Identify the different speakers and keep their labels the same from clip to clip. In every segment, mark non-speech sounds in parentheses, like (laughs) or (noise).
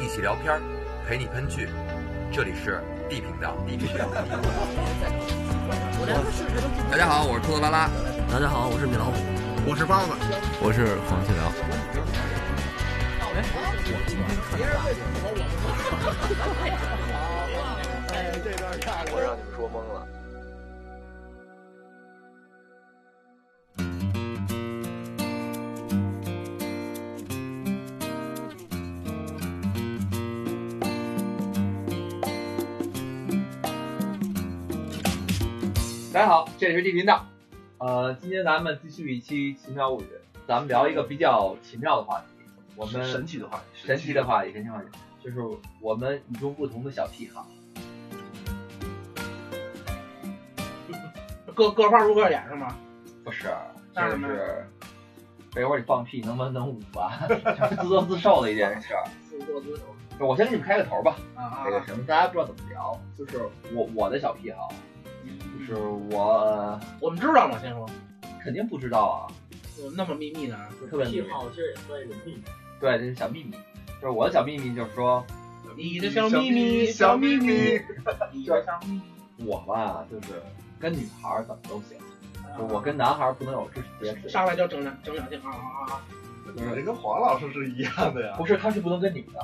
Speaker 1: 一起聊片儿，陪你喷剧。这里是 D 频道。D 频
Speaker 2: (laughs)
Speaker 1: 道。大家好，我是兔子拉拉。
Speaker 3: 大家好，我是米老虎。
Speaker 4: 我是包子，
Speaker 5: 我是黄继辽。
Speaker 6: 我让你们说懵了。
Speaker 2: 大家好，这里是地频道。呃，今天咱们继续一期《奇妙物语》，咱们聊一个比较奇妙的话题，我们
Speaker 4: 神奇的话，
Speaker 2: 神奇的话题，神奇的话题，就是我们与众不同的小癖好。
Speaker 7: 各各花入各眼是吗？
Speaker 2: 不是，
Speaker 7: 那
Speaker 2: 就
Speaker 7: 什么呀
Speaker 2: 是被窝里放屁能不能捂吧， (laughs) 就是自作自受的一件事儿。
Speaker 7: 自作自受
Speaker 2: 我先给你们开个头吧，
Speaker 7: 啊
Speaker 2: 那个什么，大家不知道怎么聊，就是我我的小癖好，就是我
Speaker 7: 嗯我们知道吗？先说，
Speaker 2: 肯定不知道啊，
Speaker 7: 有那么秘密的啊？
Speaker 2: 就特别
Speaker 3: 癖好其实也算一种秘密。
Speaker 2: 对，这是小秘密，就是我的小秘密，就是说。
Speaker 7: 你的小秘密，
Speaker 4: 小
Speaker 7: 秘
Speaker 4: 秘密，
Speaker 7: 你的小秘密。
Speaker 2: 我吧，就是跟女孩儿怎么都行，
Speaker 3: 啊
Speaker 2: 就我跟男孩儿不能有肢体接触。
Speaker 7: 啊上来就整两整两斤啊啊啊！
Speaker 4: 你呃这跟黄老师是一样的呀。
Speaker 2: 不是，他是不能跟女的，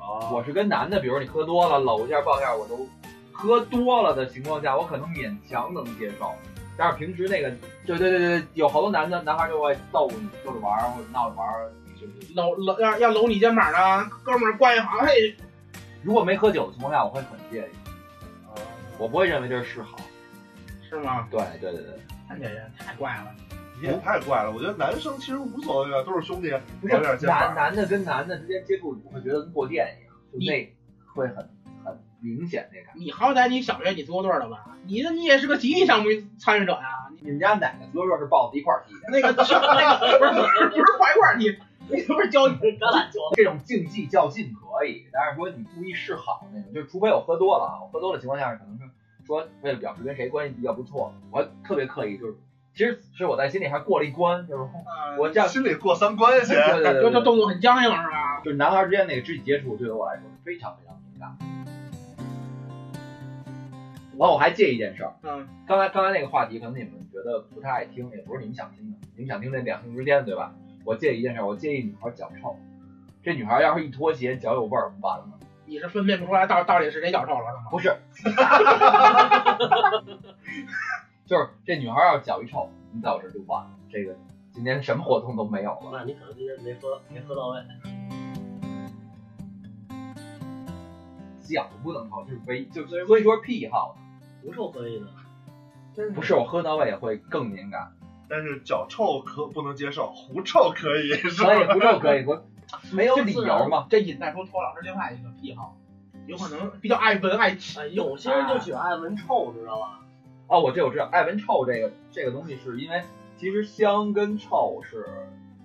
Speaker 4: 哦，
Speaker 2: 我是跟男的。比如你喝多了，搂一下抱一下，我都喝多了的情况下，我可能勉强能接受。但是平时那个，对对对对，有好多男的男孩儿就会逗你，逗着玩儿或者闹着玩儿。就是
Speaker 7: 搂搂要要搂你肩膀的哥们儿关系好，嘿，
Speaker 2: 如果没喝酒的情况下，我会很介意，
Speaker 3: 哦
Speaker 2: 我不会认为这是示好。
Speaker 7: 是吗？
Speaker 2: 对对对对，
Speaker 7: 那这人太怪了。
Speaker 4: 你也太怪了。我觉得男生其实无所谓啊，都是兄弟，
Speaker 2: 不
Speaker 4: 有点
Speaker 2: 是
Speaker 4: 肩膀
Speaker 2: 男男的跟男的之间接触，你会觉得跟过电一样，就
Speaker 7: 你
Speaker 2: 那会很很明显那感觉。
Speaker 7: 你好歹你小学你作对了吧？你那你也是个集体项目参与者呀、你
Speaker 2: 你们家哪个桌桌是抱子一块儿踢的？
Speaker 7: 那个那个不是不是不是怀罐，你你不是教你
Speaker 3: 橄榄球，
Speaker 2: 这种竞技较劲可以，但是说你故意示好那种，就是除非我喝多了啊，我喝多的情况下可能是说为了表示跟谁关系比较不错，我还特别刻意，就是其实是我在心里还过了一关，就是
Speaker 7: 啊，
Speaker 2: 我这样，
Speaker 4: 心里过三关先。
Speaker 2: 对对
Speaker 7: 这
Speaker 2: 对
Speaker 7: 这
Speaker 2: 对对，
Speaker 7: 动作很僵硬是吧？
Speaker 2: 就是男孩之间那个肢体接触对于我来说是非常非常敏感的。完，我还介意一件事儿，
Speaker 7: 嗯，
Speaker 2: 刚才刚才那个话题可能你们觉得不太爱听，也不是你们想听的，你们想听那两性之间对吧？我介意一件事儿，我介意女孩脚臭。这女孩要是一脱鞋脚有味儿，完了。
Speaker 7: 你是分辨不出来到到底是谁脚臭了是吗？
Speaker 2: 不是， (laughs) 就是这女孩要脚一臭，你在我这儿就完了。这个今天什么活动都没有了。
Speaker 3: 那你可能今天没喝，没喝到位。
Speaker 2: 脚不能臭，就是唯就所以说癖好，
Speaker 3: 不受欢迎的，
Speaker 2: 不是我喝到位也会更敏感，
Speaker 4: 但是脚臭可不能接受，狐臭可以，是
Speaker 2: 所以
Speaker 4: 吧？
Speaker 2: 不就可以不没有理由嘛？
Speaker 7: 这引带出托老师另外一个癖好，有可能比较爱闻爱气。
Speaker 3: 哎，有些人就喜欢爱闻臭，知道吧？
Speaker 2: 哦，我这我知道，爱闻臭这个这个东西，是因为其实香跟臭是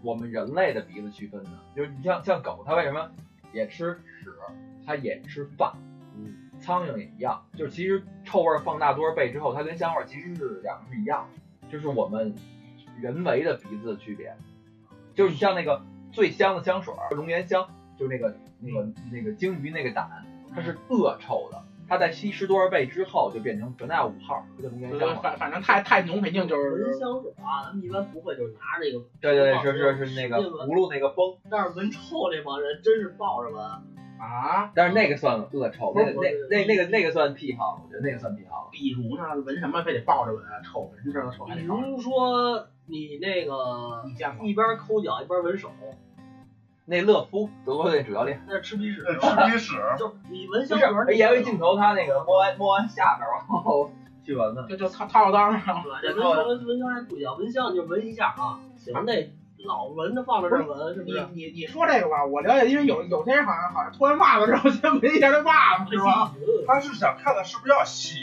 Speaker 2: 我们人类的鼻子区分的，就是你像像狗，它为什么也吃屎，它也吃饭，嗯，苍蝇也一样，就是其实臭味儿放大多少倍之后，它跟香味儿其实是两个是一样的，这、是我们人为的鼻子的区别，就是你像那个最香的香水儿，龙涎香，就是那个那个那个鲸鱼那个胆，它是恶臭的。它在稀释多少倍之后就变成纯爱五号，不叫龙涎香吗？
Speaker 7: 反反正太太浓，肯定就
Speaker 3: 闻
Speaker 7: 是
Speaker 3: 香水啊，咱们一般不会就拿着那个，
Speaker 2: 对对对，是是是那个葫芦那个风，
Speaker 3: 但是闻臭那帮人真是抱着闻，
Speaker 7: 啊。
Speaker 2: 但是那个算恶臭，那个
Speaker 3: 不
Speaker 2: 那
Speaker 3: 是不是
Speaker 2: 那那个那个算癖好，我觉得那个算癖好。
Speaker 7: 比如呢，闻什么非得抱着闻，臭闻知道臭还
Speaker 3: 比
Speaker 7: 得臭。
Speaker 3: 如说你那个
Speaker 7: 你见过？
Speaker 3: 一边抠脚一边闻手，
Speaker 2: 那乐夫德国队主教练，
Speaker 3: 那是吃鼻屎
Speaker 4: 呃，
Speaker 3: 是吧
Speaker 4: 吃鼻屎，
Speaker 3: (laughs) 就你闻
Speaker 2: 不
Speaker 3: 香
Speaker 2: 是
Speaker 3: 水儿，你
Speaker 2: 言为镜头，他那个摸完摸完下边儿，然后 (laughs) 去闻的。
Speaker 7: 就就操操裆上，
Speaker 3: 对，这闻香闻闻香还不一样，闻香你就闻一下啊，行，那老闻着放着这儿闻是不
Speaker 7: 你
Speaker 3: 是？
Speaker 7: 你你说这个吧，我了解，因为有有些人好像好像脱完袜子之后 (laughs) 先闻一下这袜子，是吧？
Speaker 4: 他是想看看是不是要洗，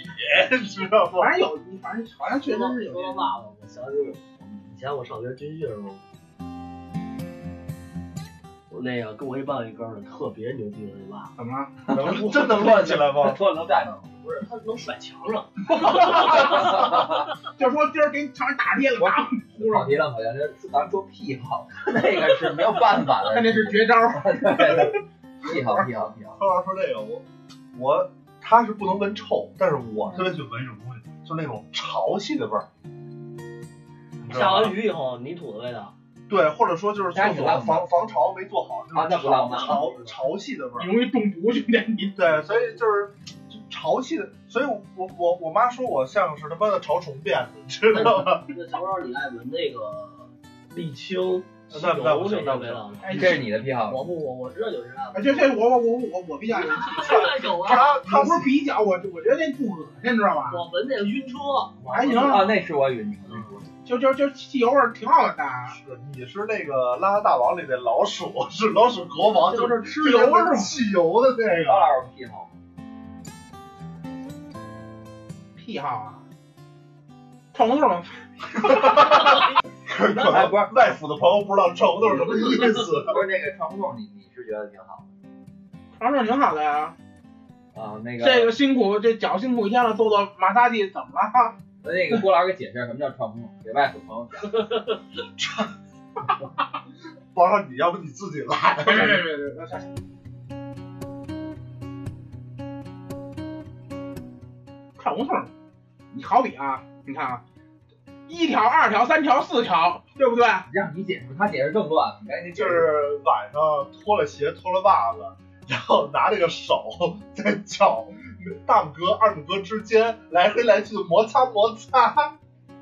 Speaker 4: 知道不？
Speaker 7: 反正有，反正好像确
Speaker 3: 说
Speaker 7: 实
Speaker 3: 到
Speaker 7: 是
Speaker 3: 说到
Speaker 7: 有。
Speaker 3: 爸爸，我想起以前我上学军训的时候，我那个跟我一班一哥们儿特别牛逼的那爸爸，
Speaker 7: 怎么了？
Speaker 4: 能真能立起来吗？
Speaker 2: 哦脱了能站着，
Speaker 3: 不是他能甩墙上，
Speaker 7: 就说今儿给你墙上打跌了，
Speaker 2: 我
Speaker 7: 打呼噜，
Speaker 2: 跑题了，好像是咱们说癖好，那个是没有办法的。
Speaker 7: 那那是绝招。
Speaker 2: 对癖好癖好癖好，
Speaker 4: 说到说这个，我我它是不能闻臭，但是我特别喜欢闻一种东西，就是那种潮气的味儿。你知
Speaker 3: 下
Speaker 4: 道吗
Speaker 3: 完雨以后，泥土的味道，
Speaker 4: 对，或者说就是
Speaker 2: 那
Speaker 4: 厕
Speaker 2: 你
Speaker 4: 所
Speaker 2: 浪漫
Speaker 4: 防防潮没做好，
Speaker 2: 啊那
Speaker 4: 种
Speaker 2: 不浪
Speaker 4: 潮
Speaker 2: 漫
Speaker 4: 潮潮气的味儿。
Speaker 7: 容易中毒去点你。
Speaker 4: 对，所以就是就潮气的，所以我我我我妈说我像是他妈的潮虫变的，知道
Speaker 3: (laughs)
Speaker 4: 吗？
Speaker 3: 那小时候你爱闻那个沥青、汽
Speaker 4: 那那
Speaker 3: 油
Speaker 4: 不
Speaker 3: 这
Speaker 4: 行
Speaker 3: 些味道吗？
Speaker 7: 哎，
Speaker 2: 这是你的癖好。
Speaker 3: 我不，我我知道有人爱
Speaker 7: 哎，
Speaker 3: 闻。
Speaker 7: 这这我我我我我比较，
Speaker 3: 有 (laughs) 啊，
Speaker 4: 她
Speaker 7: 他
Speaker 4: 她
Speaker 7: 不是比较，我我觉得那不恶心，知道吧？
Speaker 3: 我闻那个晕车，
Speaker 7: 我还行，嗯
Speaker 2: 啊，那是我晕车，那是我晕
Speaker 7: 就就就汽油味儿挺好的。
Speaker 4: 是你是那个《邋遢大王》里的老鼠，是老鼠国王，就是
Speaker 7: 吃
Speaker 4: 油
Speaker 7: 味儿
Speaker 4: 汽油的那
Speaker 2: 车。高 (laughs)
Speaker 4: 个。
Speaker 2: 老师癖好，
Speaker 7: 癖好啊，臭虫虫
Speaker 4: 可
Speaker 2: 哎
Speaker 4: 能
Speaker 2: 不是
Speaker 4: 外府的朋友不知道臭豆是什么意思。
Speaker 2: 不是那个串胡同，你你是觉得挺好
Speaker 7: 虫虫挺好的呀。
Speaker 2: 啊？那个
Speaker 7: 这个辛苦，这脚辛苦一天了，做做马杀鸡怎么了？
Speaker 2: 那个郭老师给解释什么叫串胡同，给外国朋友讲。
Speaker 4: 皇上，你要不你自己来？
Speaker 7: 别别别别别！串胡同，你好比啊，你看啊，一条、二条、三条、四条，对不对？
Speaker 2: 让你解释，他解释更乱，你赶紧
Speaker 4: 就
Speaker 2: 解释。
Speaker 4: 是晚上脱了鞋，脱了袜子，然后拿这个手在脚大拇哥、二拇哥之间来回来去的摩擦摩擦。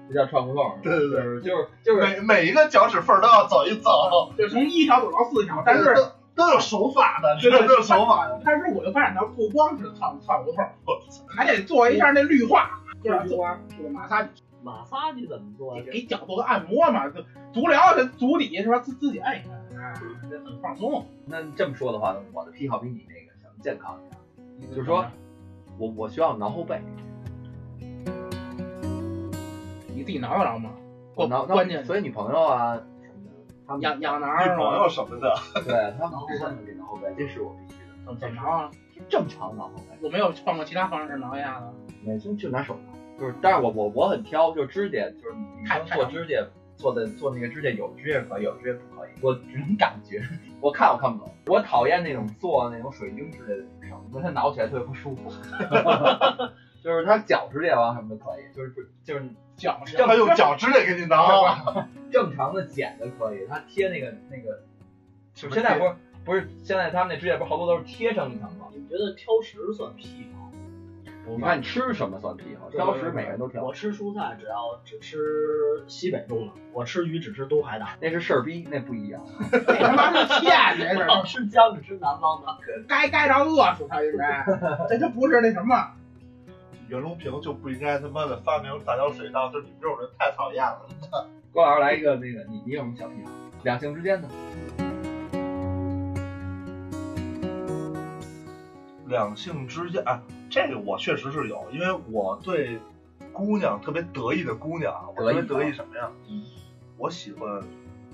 Speaker 2: 这叫串胡同。
Speaker 4: 对对对，
Speaker 2: 就是就是
Speaker 4: 每每一个脚趾缝都要走一走，
Speaker 7: 就从一条走到四条，但是
Speaker 4: 都都有手法的，真 (laughs) 的都有手法的。
Speaker 7: 但是我就发展到不光是串串胡同，呃还得做一下那绿化，就是做
Speaker 3: 花。
Speaker 7: 做马杀鸡。
Speaker 3: 马萨你怎么做呀？啊
Speaker 7: 给脚做个按摩嘛，就足疗这足底是吧？自自己按一按，啊这很放松。
Speaker 2: 那这么说的话，我的癖好比你那个什么健康一点，就是说我我需要挠后背，
Speaker 7: 你自己挠挠吗？
Speaker 2: 我挠挠
Speaker 7: 关键，
Speaker 2: 所以女朋友啊什么的，他们
Speaker 7: 痒痒挠
Speaker 4: 女
Speaker 7: 是
Speaker 4: 朋
Speaker 7: 吧？
Speaker 4: 友什么 (laughs) 的，
Speaker 2: 对他们挠他们给挠后背，这是我必须的，
Speaker 7: 怎么挠啊？
Speaker 2: 正常挠后背。
Speaker 7: 我没有换过其他方式挠一啊下子。
Speaker 2: 每次就拿手拿，就是，但是我我我很挑，就是指甲，就是女生做指甲做的做那个指甲，有指甲可以，有指甲不可以，我只能感觉，我看我看不懂，我讨厌那种做那种水晶之类的女生，因为她挠起来特别不舒服，就是她脚趾甲啊什么的可以，就是不就是
Speaker 7: 脚是
Speaker 4: 他用脚趾头给你 (laughs) 挠。啊
Speaker 2: 正常的剪的可以，她贴那个那个，现在不是不是现在他们那指甲不是好多都是贴上一层吗？
Speaker 3: 你们觉得挑食算癖吗？
Speaker 2: 你看你吃什么算癖好，挑食每个人都挑
Speaker 3: 我，吃蔬菜只要只吃西北种的，我吃鱼只吃东海的，
Speaker 2: 那是事儿逼，那不一样。
Speaker 7: 这他妈是欠这
Speaker 3: 我
Speaker 7: 是
Speaker 3: 吃姜只吃南方的。
Speaker 7: (laughs) 该该着饿死他应 (laughs) 该，这就不是那什么。
Speaker 4: 袁隆平就不应该他妈的发明打掉水道，就是你们这种人太讨厌了。
Speaker 2: 郭老师来一个那个，你你有什么小癖好？两性之间的，
Speaker 4: 两性之间，哎，这个我确实是有，因为我对姑娘特别得意的姑娘啊，我特别
Speaker 2: 得意啊
Speaker 4: 得意什么呀？我喜欢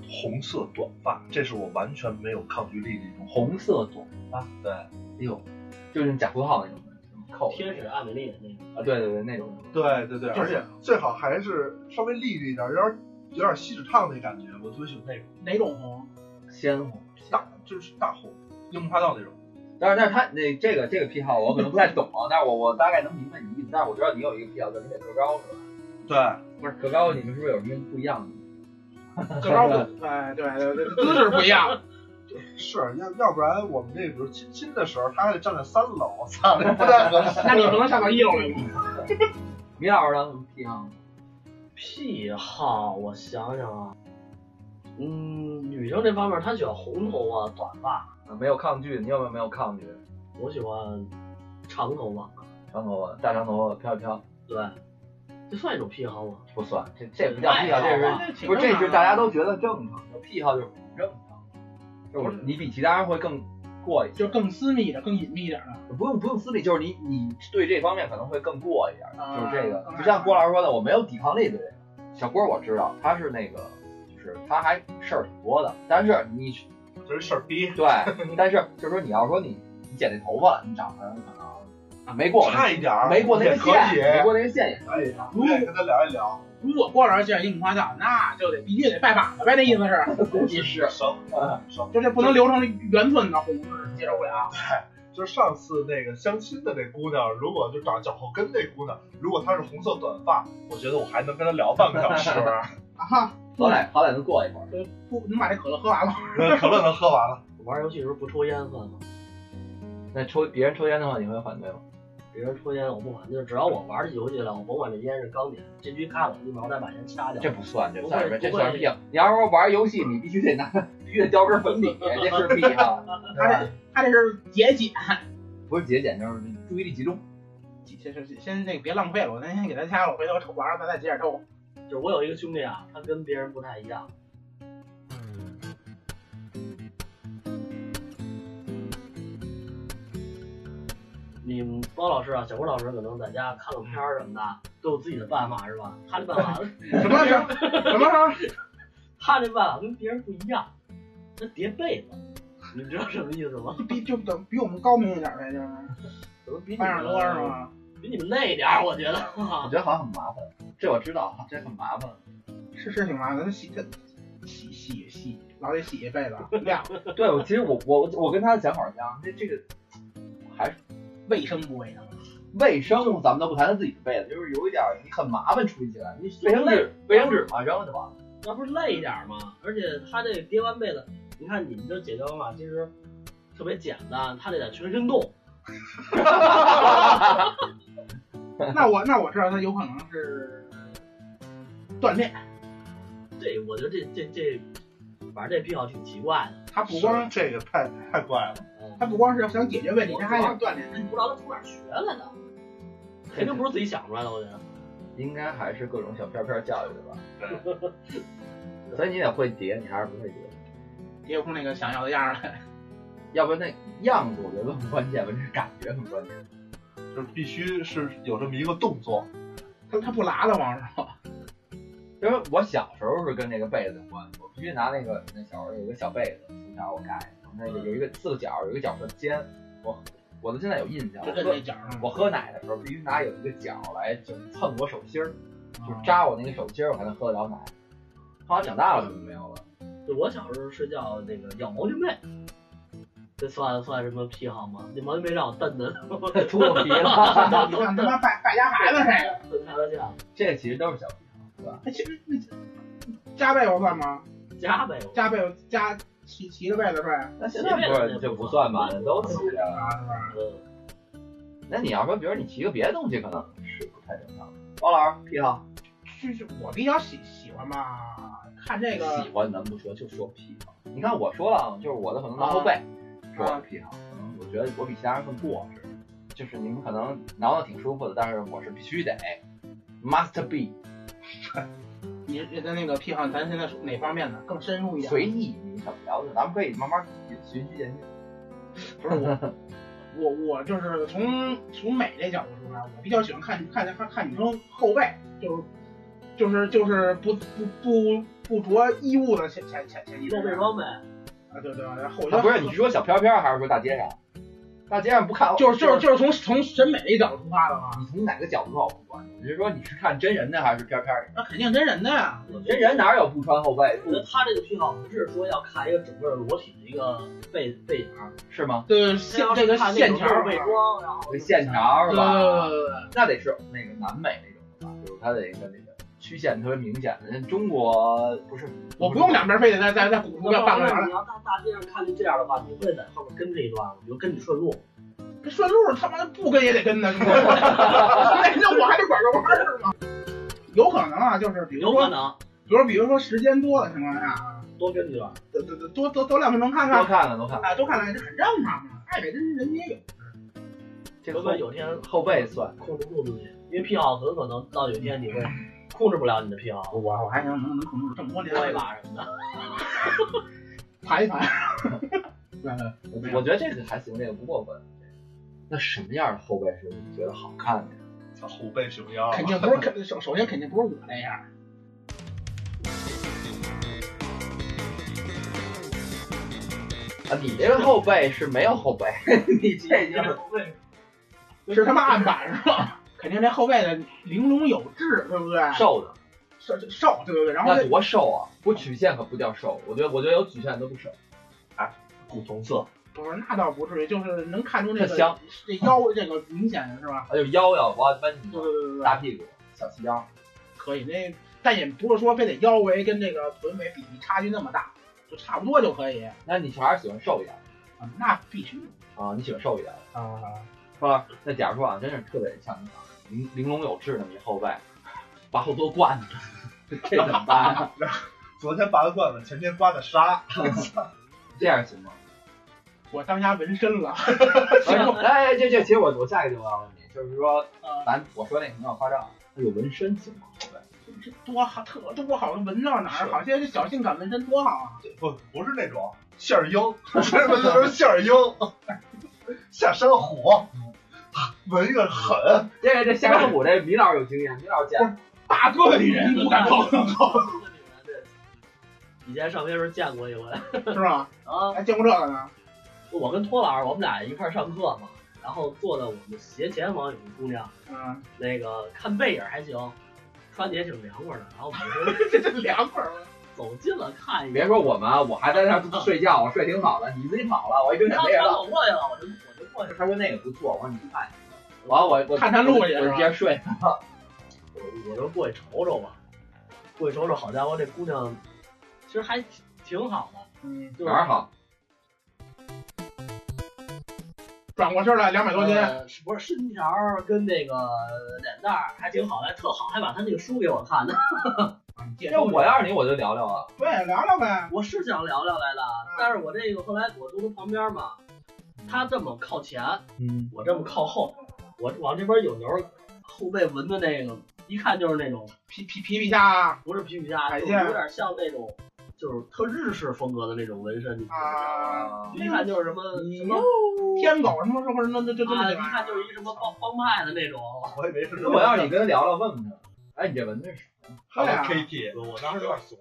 Speaker 4: 红色短发，这是我完全没有抗拒力的一种。
Speaker 2: 红色短发，
Speaker 4: 啊对，
Speaker 2: 哎呦，就是那种假葡萄那种的，什么扣
Speaker 3: 天使艾美丽的那个，
Speaker 2: 啊，对对对，那种
Speaker 4: 对对对，而且最好还是稍微立着一点，有点有点锡纸烫那感觉，我特别喜欢那种
Speaker 7: 哪种红？
Speaker 2: 鲜红。
Speaker 4: 大，就是大红樱木花道那种。
Speaker 2: 但是但是他那这个这个癖好我可能不太懂啊，但是我我大概能明白你的意思。但是我知道你有一个癖好，就是你得个高是吧？
Speaker 4: 对，
Speaker 2: 不 (laughs) 是个高，你们是不是有什么不一样的？
Speaker 7: 就高不？哎，对对对，姿势不一 (laughs) 样。
Speaker 4: 是要要不然我们这比如亲亲的时候，他还得站在三楼，我操，这不太合适。
Speaker 7: 那你不能下到一楼来吗？
Speaker 2: 米老师呢？有什么癖好？
Speaker 3: 癖好，我想想啊，嗯，女生这方面她喜欢红头发、短发，
Speaker 2: 啊，没有抗拒，你有没有没有抗拒？
Speaker 3: 我喜欢长头发。
Speaker 2: 长头发，大长头发，飘一飘，
Speaker 3: 对，这算一种癖好吗？
Speaker 2: 不算，这这不叫癖好，这是
Speaker 7: 这挺
Speaker 2: 不是，这是
Speaker 7: 正常的
Speaker 2: 大家都觉得正常的癖好，就是不正常的。就是你比其他人会更过一些，
Speaker 7: 就更私密的、更隐秘一点的。
Speaker 2: 不用不用私密，就是你你对这方面可能会更过一点，
Speaker 7: 啊
Speaker 2: 就是这个
Speaker 7: 更。爱
Speaker 2: 就像郭老师说的，我没有抵抗力对这个。小郭我知道他是那个，就是他还事儿挺多的，但是你
Speaker 4: (laughs) 这是事儿逼。
Speaker 2: (laughs) 对，但是就是说你要说你你剪那头发了，你长成可能
Speaker 7: 啊，没过我那
Speaker 4: 差一点儿
Speaker 2: 没过那
Speaker 4: 也
Speaker 2: 个
Speaker 4: 可
Speaker 2: 线，没
Speaker 4: 以，
Speaker 2: 过那个线也可以。
Speaker 7: 如
Speaker 4: 对，跟他聊一聊，
Speaker 7: 如果过上见樱木花道，那就得必须得拜把子呗，那意思是， (laughs)
Speaker 2: 估计是
Speaker 4: 省省。
Speaker 7: 就这不能留成圆寸的红是接受不了。
Speaker 4: 就上次那个相亲的那姑娘，如果就长脚后跟那姑娘，如果她是红色短发，我觉得我还能跟她聊半个小
Speaker 7: (laughs)
Speaker 4: 时，
Speaker 7: 啊哈，
Speaker 2: 好歹好歹能过一会儿。
Speaker 7: 呃不，你把这可乐喝完了。
Speaker 4: 可乐能喝完
Speaker 7: (laughs)
Speaker 4: 了。
Speaker 3: 玩游戏的时候不抽烟算吗？
Speaker 2: 那抽别人抽烟的话，你会反对吗？
Speaker 3: 别人抽烟我不管，就是只要我玩这游戏了，我甭管这烟是钢铁，这局看了立马我再把烟掐掉。
Speaker 2: 这不算，这
Speaker 3: 不会
Speaker 2: 算什么？这
Speaker 3: 不会
Speaker 2: 算是屁。你要是说玩游戏，你必须得拿，必须得掉根粉笔，这是必啊。
Speaker 7: 他这他这是节俭，
Speaker 2: 不是节俭，就是注意力集中。
Speaker 7: 先先先那个别浪费了，我那先给他掐了，我回头抽完了咱再接着抽。
Speaker 3: 就是我有一个兄弟啊，他跟别人不太一样，
Speaker 7: 嗯
Speaker 3: 你们包老师啊，小郭老师可能在家看个片儿什么的，都有自己的办法是吧？他的
Speaker 7: (laughs)
Speaker 3: 办法，
Speaker 7: (laughs) 什么时候？什么时候？
Speaker 3: 他这办法跟别人不一样，他叠被子，你知道什么意思吗？
Speaker 7: 比就等比我们高明一点呗，就是
Speaker 3: 怎么比你
Speaker 7: 八十
Speaker 3: 们
Speaker 7: 多是？吗？
Speaker 3: 比你们累点儿，我觉得。
Speaker 2: 我觉得好像很麻烦，这我知道，这很麻烦。
Speaker 7: 是是挺麻烦，他洗他洗洗洗，老得洗一辈子，晾，
Speaker 2: 对，我其实我我我跟他的想法一样，这这个
Speaker 7: 卫生不卫生？
Speaker 2: 卫生咱们都不谈，他自己被子就是有一点儿你很麻烦处理起来，你卫生纸卫生纸嘛扔了就完了。
Speaker 3: 那不是累一点儿吗？而且他这叠完被子，你看你们这解决方法其实特别简单，他这得全身动，
Speaker 7: (laughs) 那我那我知道他有可能是锻炼，
Speaker 3: 这我觉得这这这，反正这癖好挺奇怪的。嗯
Speaker 7: 他不光
Speaker 4: 是这个太太怪了，
Speaker 7: 他不光是想解决问题，他还想锻炼。
Speaker 3: 不知道他从哪儿学来的，肯定不是自己想出来的，我觉得。
Speaker 2: 应该还是各种小片片教育的吧。(laughs)
Speaker 4: 对，
Speaker 2: 所以你得会叠，你还是不会叠，
Speaker 7: 叠不出那个想要的样儿来。
Speaker 2: 要不然那样子我觉得很关键吧，这感觉很关键。
Speaker 4: 就是必须是有这么一个动作，
Speaker 7: 他他不拉的往上，
Speaker 2: 因为我小时候是跟这个被子有关，我必须拿那个那小时候有一个小被子，从小我盖的，那
Speaker 7: 嗯
Speaker 2: 个有一个四个角，有一个角特尖，我我到现在有印象，我
Speaker 7: 就跟
Speaker 2: 喝
Speaker 7: 那角儿上。
Speaker 2: 我喝奶的时候必须拿有一个角来就是蹭我手心儿，
Speaker 7: 哦
Speaker 2: 就是扎我那个手心儿，我才能喝得了奶。后来长大了就没有了。 (laughs)
Speaker 3: 就我小时候睡觉那个咬毛巾被，这算算什么癖好吗？那毛巾被让我
Speaker 7: (laughs)
Speaker 3: 蹬的，
Speaker 2: 秃噜皮了，
Speaker 7: 你看他妈败败家孩子这个，
Speaker 3: 蹬 (laughs) 开了架，
Speaker 2: 这个其实都是小癖好，对吧？
Speaker 7: 那其实那加被窝算吗？
Speaker 3: 加呗。
Speaker 7: 加被窝加骑骑着被子睡
Speaker 2: 那现在不是就不算吧？那都起来了。
Speaker 7: 啊，是吧？
Speaker 3: 嗯，
Speaker 2: 那你要说，比如你骑个别的东西，可能是不太正常的。包老师癖好，
Speaker 7: 就是我比较喜喜欢吧，看这个
Speaker 2: 喜欢咱不说，就说癖好。你看我说了，啊就是我的可
Speaker 7: 啊
Speaker 2: 能挠后背是我的癖好，可能我觉得我比其他人更过时。就是你们可能挠挠挺舒服的，但是我是必须得 must be
Speaker 7: 你你的那个癖好，咱现在属哪方面的更深入一点？
Speaker 2: 随意你怎么聊的，咱们可以慢慢循序渐进。
Speaker 7: 不是我，我我就是从从美这角度出发，我比较喜欢看看看看女生后背，就是就是就是不不不不着衣物的前前前前提之
Speaker 3: 露
Speaker 7: 下
Speaker 3: 背装呗，
Speaker 7: 啊，对对，然后我觉
Speaker 2: 啊
Speaker 7: 得
Speaker 2: 不是，你是说小飘飘还是说大街上？大街上不看，
Speaker 7: 就是就是就是从从审美这角度出发的啊嘛，
Speaker 2: 你从哪个角度说我不管，你是说你是看真人的还是片片的？
Speaker 7: 那肯定真人的呀，
Speaker 3: 我觉
Speaker 2: 真
Speaker 3: 得
Speaker 2: 人哪有不穿后背
Speaker 7: (laughs)
Speaker 3: 我觉得他这个癖好不是说要看一个整个裸体的一个背背影儿，
Speaker 2: 是吗？
Speaker 7: 对线这个线条
Speaker 3: 背
Speaker 7: 儿，啊
Speaker 3: 装，然后
Speaker 2: 这线条
Speaker 7: 对
Speaker 2: 是
Speaker 7: 对对
Speaker 2: 吧？
Speaker 7: 对对，
Speaker 2: 那得是那个南美那种的吧，就是它的一个那个曲线特别明显的。中国不是，
Speaker 7: 我不用两边非得再再再鼓出个半个圆
Speaker 3: 那
Speaker 7: 来，
Speaker 3: 你要大大街上看见这样的话，你会在后面跟这一段吗？比如跟你顺路，
Speaker 7: 这顺路他妈不跟也得跟呢， (laughs) 那那我还得拐个弯儿是吗？有可能啊，就是比如
Speaker 3: 有可
Speaker 7: 说，
Speaker 3: 能
Speaker 7: 比如比如说时间多的情况下，
Speaker 3: 多跟一段。
Speaker 7: 多多多多多两分钟看
Speaker 2: 多
Speaker 7: 看，
Speaker 2: 看看多看看，
Speaker 7: 啊，多看看这很正常嘛，爱美之心人皆有。
Speaker 2: 这
Speaker 3: 如
Speaker 2: 个
Speaker 3: 果
Speaker 2: 后
Speaker 3: 有天
Speaker 2: 后背算。
Speaker 3: 控制不住自己，因为癖好很可能到有一天你会控制不了你的癖好，
Speaker 7: 我我还能能能控制这么多年
Speaker 3: 摸一把什么的。
Speaker 7: 盘一盘。对 (laughs) 对，
Speaker 2: 我我觉得这个还行，这个不过分。那什么样的后背是你觉得好看的？
Speaker 4: 像虎背熊腰，啊
Speaker 7: 肯定不是肯首首先肯定不是我那样。
Speaker 2: (laughs) 啊，你这个后背是没有后背，你这就是
Speaker 3: (laughs) 对，
Speaker 7: 是他妈案板是吧？肯定这后背的玲珑有致，对不对？
Speaker 2: 瘦的，
Speaker 7: 瘦瘦，对对对。然后
Speaker 2: 那
Speaker 7: 这
Speaker 2: 多瘦啊！不曲线可不叫瘦，我觉得我觉得有曲线都不瘦。
Speaker 3: 古铜色，
Speaker 7: 不是那倒不至于，就是能看出这
Speaker 2: 这
Speaker 7: 个
Speaker 2: 香
Speaker 7: 这腰这个明显是吧？
Speaker 2: 还有腰要弯弯
Speaker 7: 对
Speaker 2: 你
Speaker 7: 对对对对
Speaker 2: 大，屁股小细腰，
Speaker 7: 可以。那但也不是说非得腰围跟这个臀围比例差距那么大，就差不多就可以。
Speaker 2: 那你还是喜欢瘦一点
Speaker 7: 啊，那必须
Speaker 2: 啊？你喜欢瘦一点，
Speaker 7: 啊！
Speaker 2: 是吧？那假如说啊，真是特别像你讲的玲玲珑有致那么一后背，把后多灌了，这怎么办啊？
Speaker 4: 昨天拔的罐子，前天刮的痧，
Speaker 2: 这样行 (laughs) 吗？
Speaker 7: 我当家纹身了，
Speaker 2: 哎哎，这这，其实我我下一个就要问你，就是说
Speaker 7: 啊，
Speaker 2: 咱我说那个有点夸张，啊那有纹身行吗？对，
Speaker 7: 这多好，特多好，纹到哪儿好？现在这小性感纹身多好啊！
Speaker 4: 不不是那种馅儿鹰，什么都是馅儿鹰，下山虎，
Speaker 7: 嗯
Speaker 4: 啊闻一个狠，
Speaker 2: 这个这下山虎这米老师有经验，米老师见过
Speaker 7: 大个女人不敢碰，
Speaker 3: (laughs) 以前上学时候见过一
Speaker 7: (laughs)
Speaker 3: 回，
Speaker 7: 是吧？
Speaker 3: 啊，
Speaker 7: 还见过这个呢？
Speaker 3: 我跟托老师我们俩一块儿上课嘛，然后坐在我们斜前方有一姑娘，
Speaker 7: 嗯，
Speaker 3: 那个看背影还行，穿的也挺凉快的，然后我们就
Speaker 7: (laughs) 这这凉快儿了。
Speaker 3: 走近了看一
Speaker 2: 别
Speaker 3: 眼，
Speaker 2: 说我们啊，我还在那儿睡觉，我睡挺好的，你自己跑了，我一睁眼
Speaker 3: 他
Speaker 2: 没人
Speaker 3: 他
Speaker 2: 了。
Speaker 3: 走过去了，我就我就过去了，
Speaker 2: 他说那个不错，我说你看，完了我我
Speaker 7: 看他录去
Speaker 2: 我就接着睡。
Speaker 3: 我我就过去瞅瞅吧，过去瞅瞅，好家伙，这姑娘其实还挺好的，
Speaker 7: 嗯，
Speaker 3: 就是
Speaker 2: 哪儿好？
Speaker 7: 转过身来两百多斤，
Speaker 3: 呃是不是身条儿跟那个脸蛋儿还挺好的，还特好，还把他那个书给我看呢。 (laughs)
Speaker 2: 要我要是你，我就聊聊啊。
Speaker 7: 对聊聊呗，
Speaker 3: 我是想聊聊来的，但是我这个后来我坐他旁边嘛，他这么靠前，
Speaker 2: 嗯，
Speaker 3: 我这么靠后，我往这边有时候后背纹的那个，一看就是那种
Speaker 7: 皮皮皮皮虾啊
Speaker 3: 不是皮皮虾，
Speaker 7: 海
Speaker 3: 就
Speaker 7: 鲜
Speaker 3: 是有点像那种就是特日式风格的那种纹身，你知道吗？
Speaker 7: 啊，
Speaker 2: 啊，
Speaker 3: 一看就是什么什么
Speaker 7: 天狗什么什么什么，就就就
Speaker 3: 啊，
Speaker 7: 那
Speaker 3: 一看就是一个什么帮帮派的那种。
Speaker 4: 我以为是
Speaker 2: 如果要是你跟他聊聊，问问他，哎，你这纹的是
Speaker 4: 还
Speaker 7: 对
Speaker 4: 有
Speaker 7: 啊
Speaker 4: KT，
Speaker 3: 我当时有点怂，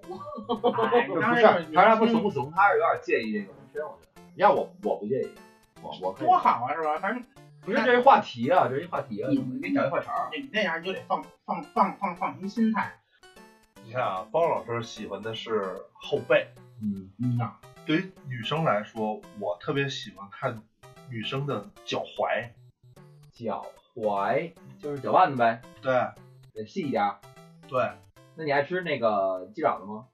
Speaker 7: 哎
Speaker 2: 不是？
Speaker 7: 当
Speaker 2: 他
Speaker 7: 然
Speaker 2: 是他不怂
Speaker 7: 是
Speaker 2: 不怂，他是有点介意这个纹身，我觉得。要我我不介意，我我可以
Speaker 7: 多好啊，是吧？反正
Speaker 2: 不是这是话题啊，这是一话题啊，
Speaker 7: 嗯
Speaker 2: 我给你找一话茬儿。
Speaker 7: 你那样你就得放放放放放平心态，
Speaker 4: 你看啊，包老师喜欢的是后背。
Speaker 2: 嗯，
Speaker 4: 对于女生来说，我特别喜欢看女生的脚踝，
Speaker 2: 脚踝就是脚腕子呗，
Speaker 4: 对
Speaker 2: 得细一点儿。
Speaker 4: 对，
Speaker 2: 那你爱吃那个鸡爪子吗？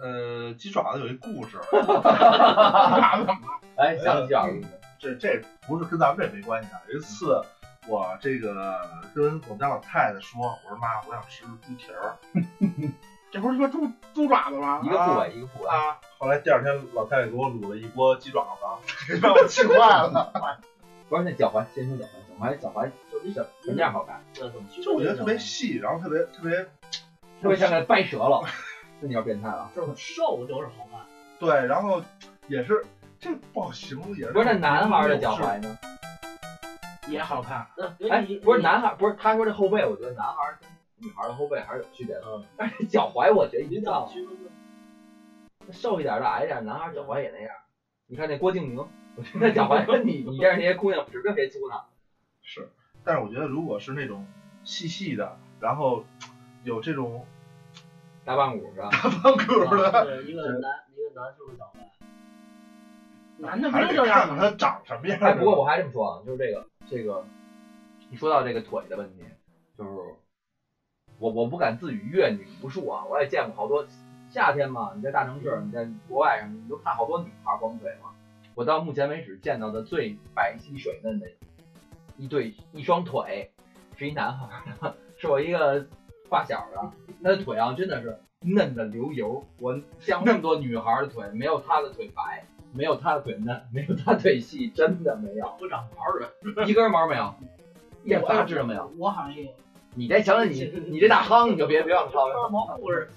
Speaker 4: 呃，鸡爪子有一故事， (laughs)
Speaker 7: 那怎么
Speaker 2: 哎，想鸡爪子。
Speaker 4: 这这不是跟咱们这没关系啊。有一次，我这个跟我们家老太太说，我说妈，我想吃猪蹄儿。
Speaker 7: 这不是说猪猪爪子吗？
Speaker 2: 一个部位一个部位。
Speaker 7: 啊，
Speaker 4: 后来第二天，老太太给我卤了一锅鸡爪子，让我气坏了。
Speaker 2: 不是那脚踝，先说脚踝，脚踝脚踝
Speaker 3: 就是
Speaker 2: 什什么样好看？
Speaker 3: 那怎么去？
Speaker 4: 就我觉得特别细，然后特别特别
Speaker 2: 特别像那掰折了，那你要变态了。
Speaker 3: 就是瘦就是好看，
Speaker 4: 对，然后也是这不好形容，也是
Speaker 2: 不是那男孩的脚踝呢？
Speaker 7: 也好看。
Speaker 3: 那
Speaker 2: 哎，不是
Speaker 3: 男。
Speaker 2: 男孩，不是他说这后背，我觉得男孩跟女孩的后背还是有区别的。
Speaker 3: 嗯，
Speaker 2: 但是脚踝我觉得一
Speaker 3: 你
Speaker 2: 样
Speaker 3: 咋，
Speaker 4: (laughs)
Speaker 3: 去问问
Speaker 2: 瘦一点的矮一点，男孩脚踝也那样。你看那郭敬明，我觉得脚踝跟你你这样那些姑娘指定谁粗呢？
Speaker 4: 是，但是我觉得如果是那种细细的，然后有
Speaker 2: (laughs)
Speaker 4: 这种
Speaker 2: 大棒骨是吧？
Speaker 4: 胖骨的，
Speaker 3: 啊
Speaker 2: 啊
Speaker 3: 对一个男一个男生的脚踝，
Speaker 7: 男的
Speaker 4: (laughs)
Speaker 7: 没
Speaker 4: 还
Speaker 7: 有
Speaker 4: 是
Speaker 7: 这
Speaker 4: 得看
Speaker 7: 样
Speaker 4: 看
Speaker 7: 的，
Speaker 4: 他长什么样。 (laughs)
Speaker 2: 哎，不过我还这么说啊，就是这个这个，你说到这个腿的问题，就是我我不敢自语阅女无数啊，我也见过好多夏天嘛，你在大城市，你在国外什么，你都看好多女孩光腿嘛。我到目前为止见到的最白皙水嫩的一对一双腿，是一男孩儿 (laughs) 的，是我一个发小的，他的腿啊真的是嫩的流油。我像那么多女孩儿的腿，没有他的腿白，没有他的腿嫩，没有他腿细，真的没有，
Speaker 3: 不长毛儿
Speaker 2: (laughs)
Speaker 3: 的。
Speaker 2: 一根毛没有，一点杂质都没有。
Speaker 7: 我好像也有
Speaker 2: 你再想想 (laughs) 你你这大夯，你就别别往
Speaker 3: (laughs)
Speaker 2: 上
Speaker 3: 穿
Speaker 2: 了，
Speaker 3: 毛裤是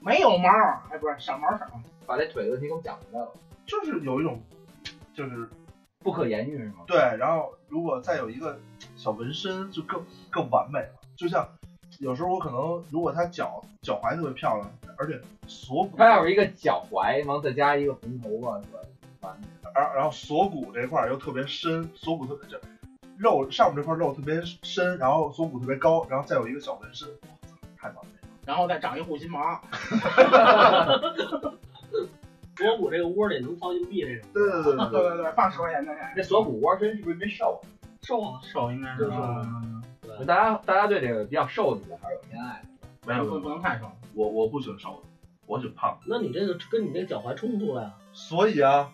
Speaker 7: 没有毛儿，哎，不是少毛少，
Speaker 2: 把这腿的问题给我们讲明白了，
Speaker 4: 就是有一种，就是
Speaker 2: 不可言喻是吗？
Speaker 4: 对，然后如果再有一个小纹身，就更更完美了。就像有时候我可能，如果他脚脚踝特别漂亮，而且锁骨
Speaker 2: 哎他要是一个脚踝，然后再加一个红头发，是吧？烦的。
Speaker 4: 然然后锁骨这块儿又特别深，锁骨特别这肉上面这块肉特别深，然后锁骨特别高，然后再有一个小纹身，太完美了。
Speaker 7: 然后再长一护心毛，
Speaker 3: 锁骨这个窝里能放硬币那种，
Speaker 4: 对对对
Speaker 7: 对
Speaker 2: (laughs)
Speaker 7: 对对，放十块钱的那
Speaker 2: 这锁骨窝真是不是没瘦？
Speaker 3: 瘦
Speaker 2: 啊
Speaker 7: 手应该
Speaker 3: 是
Speaker 7: 是
Speaker 3: 吧
Speaker 2: 就大家大家对这个比较瘦的女孩有偏爱的。
Speaker 4: 没有没
Speaker 7: 不
Speaker 4: 有，
Speaker 7: 不能太瘦。
Speaker 4: 我我不喜欢瘦的，我喜欢胖的。
Speaker 3: 那你这个跟你这脚踝冲突了呀？
Speaker 4: 所以啊，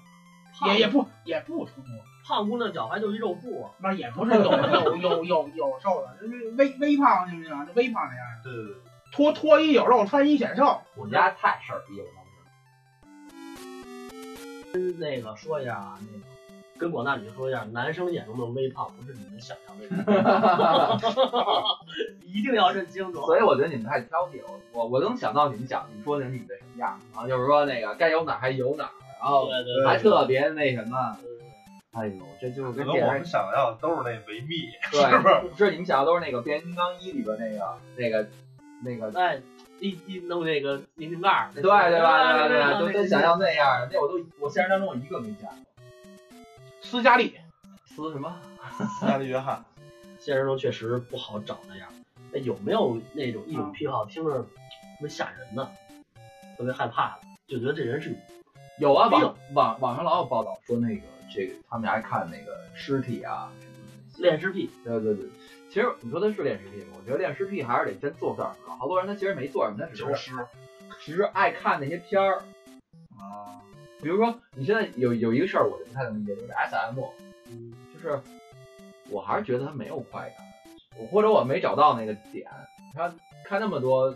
Speaker 3: 胖
Speaker 7: 也也不也不冲突，
Speaker 3: 胖姑娘脚踝就一肉布啊，
Speaker 7: 那也不是有有有有有瘦的，就是微微胖行不行？就微胖那样的，
Speaker 4: 对对对，
Speaker 7: 脱脱衣有肉，穿衣显瘦。
Speaker 2: 我们家太事儿逼了，当时。
Speaker 3: 那个说一下啊，那个跟广大女说一下，男生眼中的微胖不是你们想象那种，
Speaker 2: (laughs)
Speaker 3: 一定要认清楚。
Speaker 2: 所以我觉得你们太挑剔了，我我能想到你们想你们说的女的什么样，然后就是说那个该有哪儿还有哪儿，然后
Speaker 3: 对对
Speaker 2: 还特别那什么，
Speaker 3: 对，
Speaker 2: 哎呦，这就是
Speaker 4: 可
Speaker 2: 跟
Speaker 4: 能
Speaker 2: 电
Speaker 4: 我
Speaker 2: 视
Speaker 4: 们想要的都是那维密，
Speaker 2: 对，
Speaker 4: 是不是？
Speaker 2: 是你们想的都是那个《变形金刚一》里边那个那个那个，
Speaker 3: 哎，一一弄那个明星盖儿，
Speaker 2: 对对吧？对
Speaker 3: 对
Speaker 2: 对，都跟想象那样的，那我都我现实当中我一个没见过。
Speaker 7: 斯嘉丽，
Speaker 2: 撕什么？
Speaker 4: 斯嘉丽约翰，
Speaker 3: 现实中确实不好找那样。那有没有那种一
Speaker 2: 啊
Speaker 3: 种癖好，听着特别吓人的，特别害怕的，就觉得这人是有
Speaker 2: 有啊，
Speaker 3: 哎
Speaker 2: 网
Speaker 3: 呦
Speaker 2: 网网上老有报道说那个这个他们家看那个尸体啊什么的。
Speaker 3: 恋尸癖？
Speaker 2: 对对对，其实你说他是恋尸癖吗？我觉得恋尸癖还是得真做事儿。好多人他其实没做什么，他只
Speaker 4: 九
Speaker 2: 是
Speaker 4: 师
Speaker 2: 只是爱看那些片儿。
Speaker 4: 啊，
Speaker 2: 比如说，你现在有有一个事儿，我就不太能理解，就是 S M，就是我还是觉得他没有快感，我或者我没找到那个点。他看那么多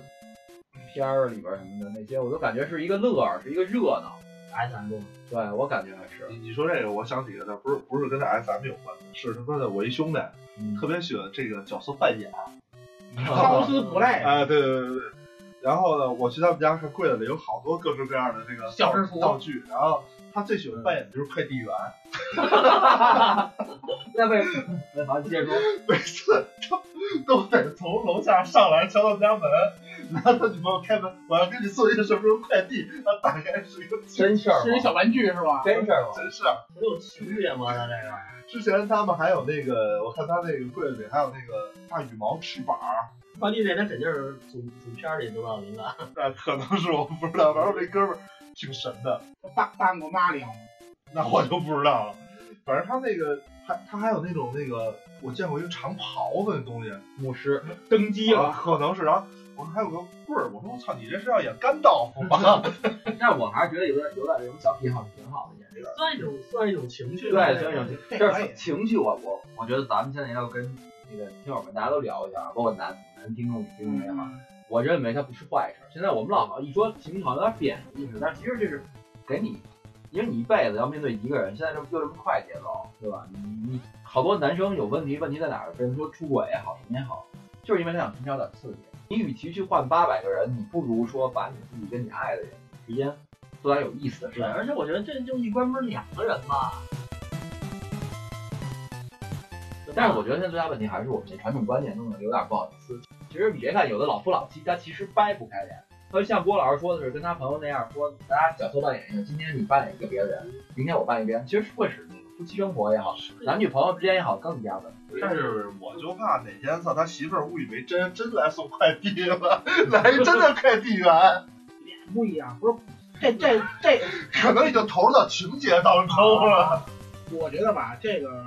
Speaker 2: 片儿里边儿什么的那些，我都感觉是一个乐儿，是一个热闹。
Speaker 3: S M
Speaker 2: 对我感觉还是，
Speaker 4: 你你说这个，我想起一个字儿，不是不是跟 S M 有关的，是他妈的我一兄弟
Speaker 2: 嗯
Speaker 4: 特别喜欢这个角色扮演。
Speaker 7: 超丝不赖。
Speaker 4: 哎，对对对对。然后呢，我去他们家看柜子里有好多各式各样的这个
Speaker 7: 小制服
Speaker 4: 道具，然后他最喜欢扮演的就是快递员，
Speaker 2: 那为那好，你接着说。
Speaker 4: 每次都都得从楼下上来敲他们家门，然后他女朋友开门，我要给你送一个什么什么快递，然后打开是一个
Speaker 2: 真事儿吗
Speaker 7: 是一小玩具是吧？
Speaker 2: 真事儿吗？
Speaker 4: 真是。
Speaker 3: 不有情节吗？他这个
Speaker 4: 啊之前他们还有那个，我看他那个柜子里还有那个大羽毛翅膀，
Speaker 3: 快递这他肯定是从从片儿里得到灵感。
Speaker 4: 那可能是我不知道，反正这哥们儿挺神的。
Speaker 7: 爸爸我妈领，
Speaker 4: 那我就不知道了。反正他那个还他还有那种那个，我见过一个长袍子那东西，啊
Speaker 2: 牧师，
Speaker 7: 登基了。
Speaker 4: 可能是。然后我说还有个棍儿，我说我操，你这是要演甘道夫吗？
Speaker 2: 但我还是觉得有点有点这种小癖好是挺好的一件事。
Speaker 3: 算一种算一种情绪吧，
Speaker 2: 对，
Speaker 3: 这
Speaker 2: 这
Speaker 3: 种
Speaker 2: 种
Speaker 7: 这
Speaker 2: 这
Speaker 7: 可
Speaker 4: 哎
Speaker 7: 以
Speaker 2: 是情绪我，我我觉得咱们现在要跟那个听友们大家都聊一下，包括男男听众、女
Speaker 7: 嗯
Speaker 2: 听众也好，我认为它不是坏事儿。现在我们老好一说情绪好像有点贬义似的，但其实这是给你，因为你一辈子要面对一个人，现在这么就这么快节奏，对吧？你你好多男生有问题，问题在哪儿？比如说出轨也好，什么也好，就是因为他想寻找点刺激。你与其去换八百个人，你不如说把你自己跟你爱的人之间做点有意思的事
Speaker 3: 对，
Speaker 2: 儿。
Speaker 3: 而且我觉得这就一关门两个人吧。
Speaker 2: 但是我觉得现在最大问题还是我们这传统观念弄得有点不好意思。其实你别看有的老夫老妻，他其实掰不开脸。他就像郭老师说的是，跟他朋友那样说，大家角色扮演一下，今天你扮演一个别的人，明天我扮演别人，其实是会使那个夫妻生活也好，男女朋友之间也好更加的。
Speaker 4: 但是我就怕哪天操他媳妇儿误以为真真来送快递 (laughs) 了，来一真的快递员，
Speaker 7: 不一样，不是这这这，
Speaker 4: 可能已经投入到情节当中了。
Speaker 7: (laughs) 我觉得吧，这个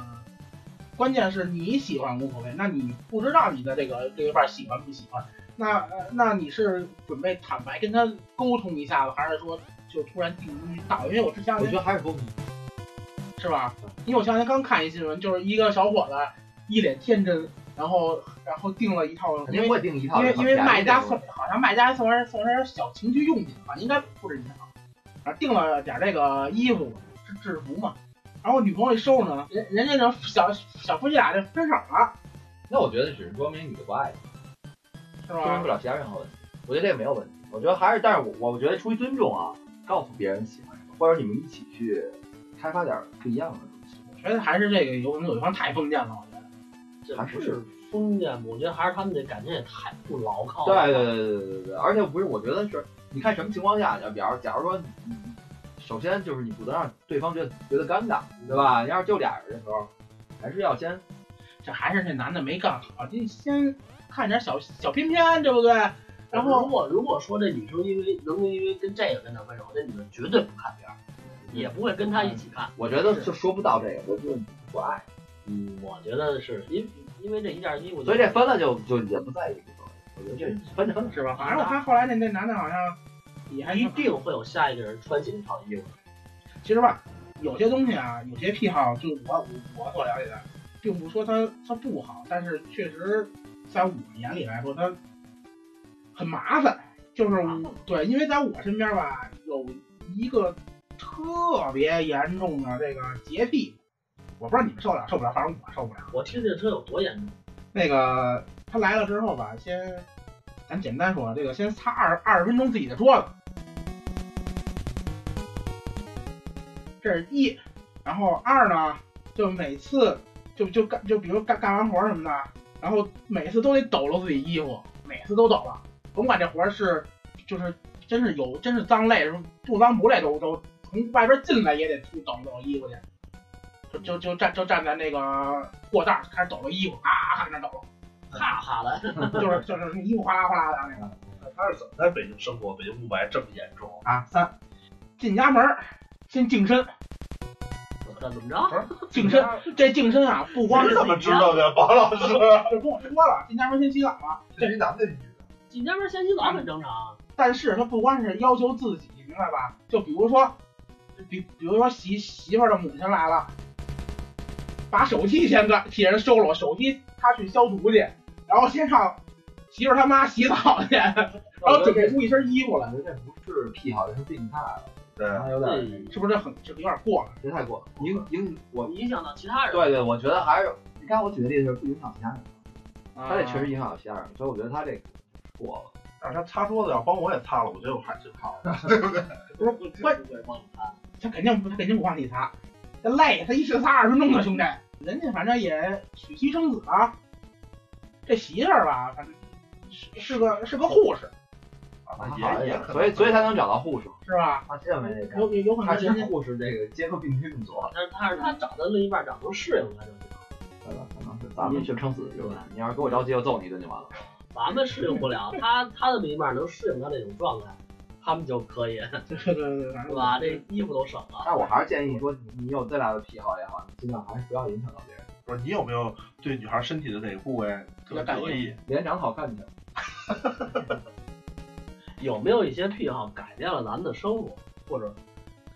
Speaker 7: 关键是你喜欢无所谓，那你不知道你的这个另一半喜欢不喜欢，那呃那你是准备坦白跟他沟通一下子，还是说就突然进攻去打？因为我之前
Speaker 2: 我觉得还是沟通。
Speaker 7: 是吧？因为我前两天刚看一新闻，就是一个小伙子一脸天真，然后然后订了一套，
Speaker 2: 肯定
Speaker 7: 因为
Speaker 2: 会定一套
Speaker 7: 因为
Speaker 2: 很
Speaker 7: 因
Speaker 2: 便宜
Speaker 7: 为
Speaker 2: 的
Speaker 7: 卖家
Speaker 2: 东西
Speaker 7: 送，好像卖家送点送点小情趣用品吧，应该不是银行，然后订了点这个衣服制制服嘛，然后女朋友一收拾呢，人人家这小小夫妻俩这分手了，
Speaker 2: 那我觉得只是说明你的不爱，说明
Speaker 7: 是吧
Speaker 2: 不？了其他任何问题。我觉得这个没有问题。我觉得还是，但是我我觉得出于尊重啊，告诉别人喜欢什么，或者你们一起去开发点不一样的东西。
Speaker 7: 觉得还是这个有可能有一方太封建了，我觉得。
Speaker 3: 这不是封建，我觉得还是他们这感情也太不牢
Speaker 2: 哦
Speaker 3: 靠了。
Speaker 2: 嗯对对对对对对，而且不是，我觉得是，你看什么情况下，比方假如说你首先就是你不能让对方觉得觉得尴尬，对吧？要是就俩人的时候，还是要先
Speaker 7: 这还是这男的没干好，这先看点小小片片，对不对？然后
Speaker 3: 如果如果说这女生因为能够因为跟这个跟男朋友，那女的绝对不看片儿，也不会跟他一起看。
Speaker 2: 我觉得就说不到这个，我就不爱，
Speaker 3: 嗯，我觉得是因因为这一件衣服就，
Speaker 2: 所以这分了就就也不在意这个。我觉得这分就分了，
Speaker 7: 是吧？反正我看后来那那男的好像也还
Speaker 3: 一
Speaker 7: 挺好
Speaker 3: 定会有下一个人穿起这套衣服。
Speaker 7: 其实吧，有些东西啊，有些癖好，就我我我所了解的，并不说它它不好，但是确实在我眼里来说，它很麻烦。就是
Speaker 2: 麻烦
Speaker 7: 对，因为在我身边吧，有一个特别严重的这个洁癖，我不知道你们受得了受不了，反正我受不了。
Speaker 3: 我听这车有多严重？
Speaker 7: 那个他来了之后吧，先咱简单说，这个先擦二二十分钟自己的桌子，这是一。然后二呢，就每次就就干就比如干干完活什么的，然后每次都得抖搂自己衣服，每次都抖了，甭管这活是就是真是有真是脏累，不脏不累都都从外边进来也得去抖抖衣服去。就就就站就站在那个过道儿开始抖了衣服，啊，开始抖
Speaker 3: 哈哈的，
Speaker 2: 嗯
Speaker 7: 了，就是就是衣服哗啦哗啦的那个
Speaker 4: (laughs) 他是怎么在北京生活？北京雾霾这么严重？
Speaker 7: 啊。三，进家门儿先净身，
Speaker 3: 怎么着？
Speaker 7: 净身这净身啊，不光
Speaker 2: (laughs)
Speaker 4: 你
Speaker 7: 是
Speaker 4: 怎么知道的，王老师？
Speaker 7: 就跟我说了，进家门先洗澡啊。
Speaker 4: (laughs) 这是男的女的？
Speaker 3: 进家门先洗澡很正常啊。
Speaker 7: 但是他不光是要求自己，明白吧？就比如说，比比如说媳媳妇儿的母亲来了，把手机先给替人收了，手机他去消毒去，然后先上媳妇儿他妈洗澡
Speaker 2: (laughs)
Speaker 7: 去，然后准备出一身衣服来
Speaker 2: 我。觉得这不是癖好，这是病态了，
Speaker 4: 对，啊
Speaker 2: 他啊有点
Speaker 3: 嗯
Speaker 7: 是不是这很这有点过了？
Speaker 2: 别太过影影我。
Speaker 3: 影响到其他人。
Speaker 2: 对对，我觉得还是你看我举的例子是不影响其他人，
Speaker 7: 他
Speaker 2: 他这确实影响到其他人，所以我觉得他这个错了。
Speaker 4: 但是他擦桌子要帮我也擦了，我觉得我还挺好的。
Speaker 7: 不是关，他肯定不，他肯定不往里擦，他累，他一次擦二十分钟呢，兄弟，人家反正也娶妻生子啊，这媳妇儿吧，反正是是个是个护士，
Speaker 4: 啊
Speaker 2: 好
Speaker 4: 也也
Speaker 2: 像
Speaker 4: 可能，
Speaker 2: 所以所以才能找到护士，
Speaker 7: 是吧？
Speaker 2: 他认为这个
Speaker 7: 有有有可
Speaker 2: (laughs) 他
Speaker 7: 能
Speaker 2: 是
Speaker 7: 人家
Speaker 2: 护士这个结合病运作，
Speaker 3: 但是他是他找的另一半长能适应他就行，
Speaker 2: 对吧？可能是咱们就撑死对吧？你要是给我着急，我揍你一顿就完 (laughs) 了。
Speaker 3: 咱们适应不了，他他的另一半能适应他这种状态，他们就可以， (laughs)
Speaker 7: 这
Speaker 3: 是
Speaker 7: 个反正
Speaker 3: 吧？这衣服都省了。
Speaker 2: 但我还是建议说，你你有这俩的癖好也好，你尽量还是不要影响到别人，
Speaker 4: 不是你有没有对女孩身体的哪个部位特别得意？
Speaker 2: 脸长得好看就行。
Speaker 3: 有没有一些癖好改变了咱们的生活，或者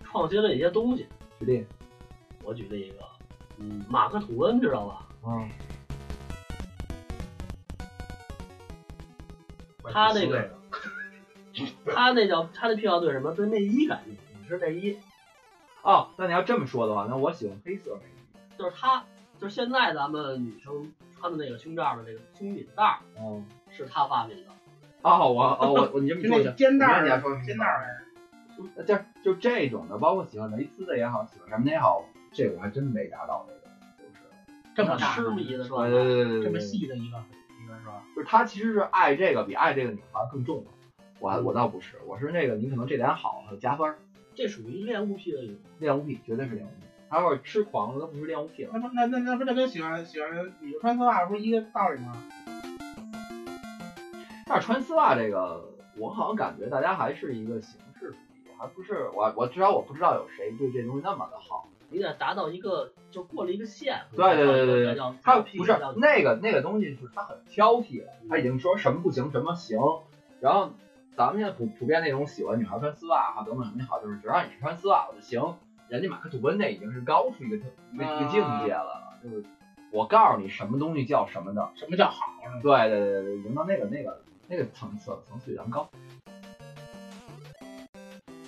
Speaker 3: 创新了一些东西？
Speaker 2: 举例，
Speaker 3: 我举例一个，嗯，马克吐温知道吧？
Speaker 2: 嗯，
Speaker 3: 他那个，他那叫他那癖好对什么？对内衣感兴趣，你是内衣，
Speaker 2: 哦，那你要这么说的话，那我喜欢黑色内衣。
Speaker 3: 就是他就是现在咱们女生穿的那个胸罩的那个松紧带儿
Speaker 2: 嗯，
Speaker 3: 是他发明的，
Speaker 2: 哦，我哦我 (laughs) 我你这么
Speaker 7: 就
Speaker 2: 说
Speaker 7: 那
Speaker 2: 一下，
Speaker 7: 肩带
Speaker 2: 你让
Speaker 7: 儿
Speaker 2: 人
Speaker 7: 啊
Speaker 2: 家说，
Speaker 7: 肩带儿啊，
Speaker 2: 那就就这种的，包括喜欢蕾丝的也好，喜欢什么的也好，这我还真没达到这个，就是
Speaker 7: 这么大，
Speaker 3: 痴迷的状
Speaker 2: 啊对
Speaker 3: 态。
Speaker 2: 对对对，
Speaker 7: 这么细的一个，应该是吧？
Speaker 2: 就是他其实是爱这个比爱这个女孩更重了。我我倒不是，我是那个你可能这点好还加分儿，
Speaker 3: 这属于恋物癖的一种。
Speaker 2: 恋物癖绝对是恋物癖。他要是痴狂了，都不是恋物癖了。
Speaker 7: 那不那那那不这跟喜欢喜欢女的穿丝袜不是一个道理吗？
Speaker 2: 但是穿丝袜这个，我好像感觉大家还是一个形式主义，还不是我我至少我不知道有谁对这东西那么的好。
Speaker 3: 你得达到一个，就过了一个线。
Speaker 2: 对对对对对
Speaker 3: 才叫
Speaker 2: 他
Speaker 3: 才叫
Speaker 2: 不是
Speaker 3: 叫
Speaker 2: 那个那个东西，是他很挑剔了，他已经说什么不行什么行。然后咱们现在普普遍那种喜欢女孩穿丝袜啊等等什么也好，就是只要你是穿丝袜我就行。人家马克吐温那已经是高出一个一个一个境界了，就是我告诉你什么东西叫什么的，
Speaker 7: 什么叫好是吧？
Speaker 2: 对对对对，已经到那个那个那个层次了，层次比咱们高。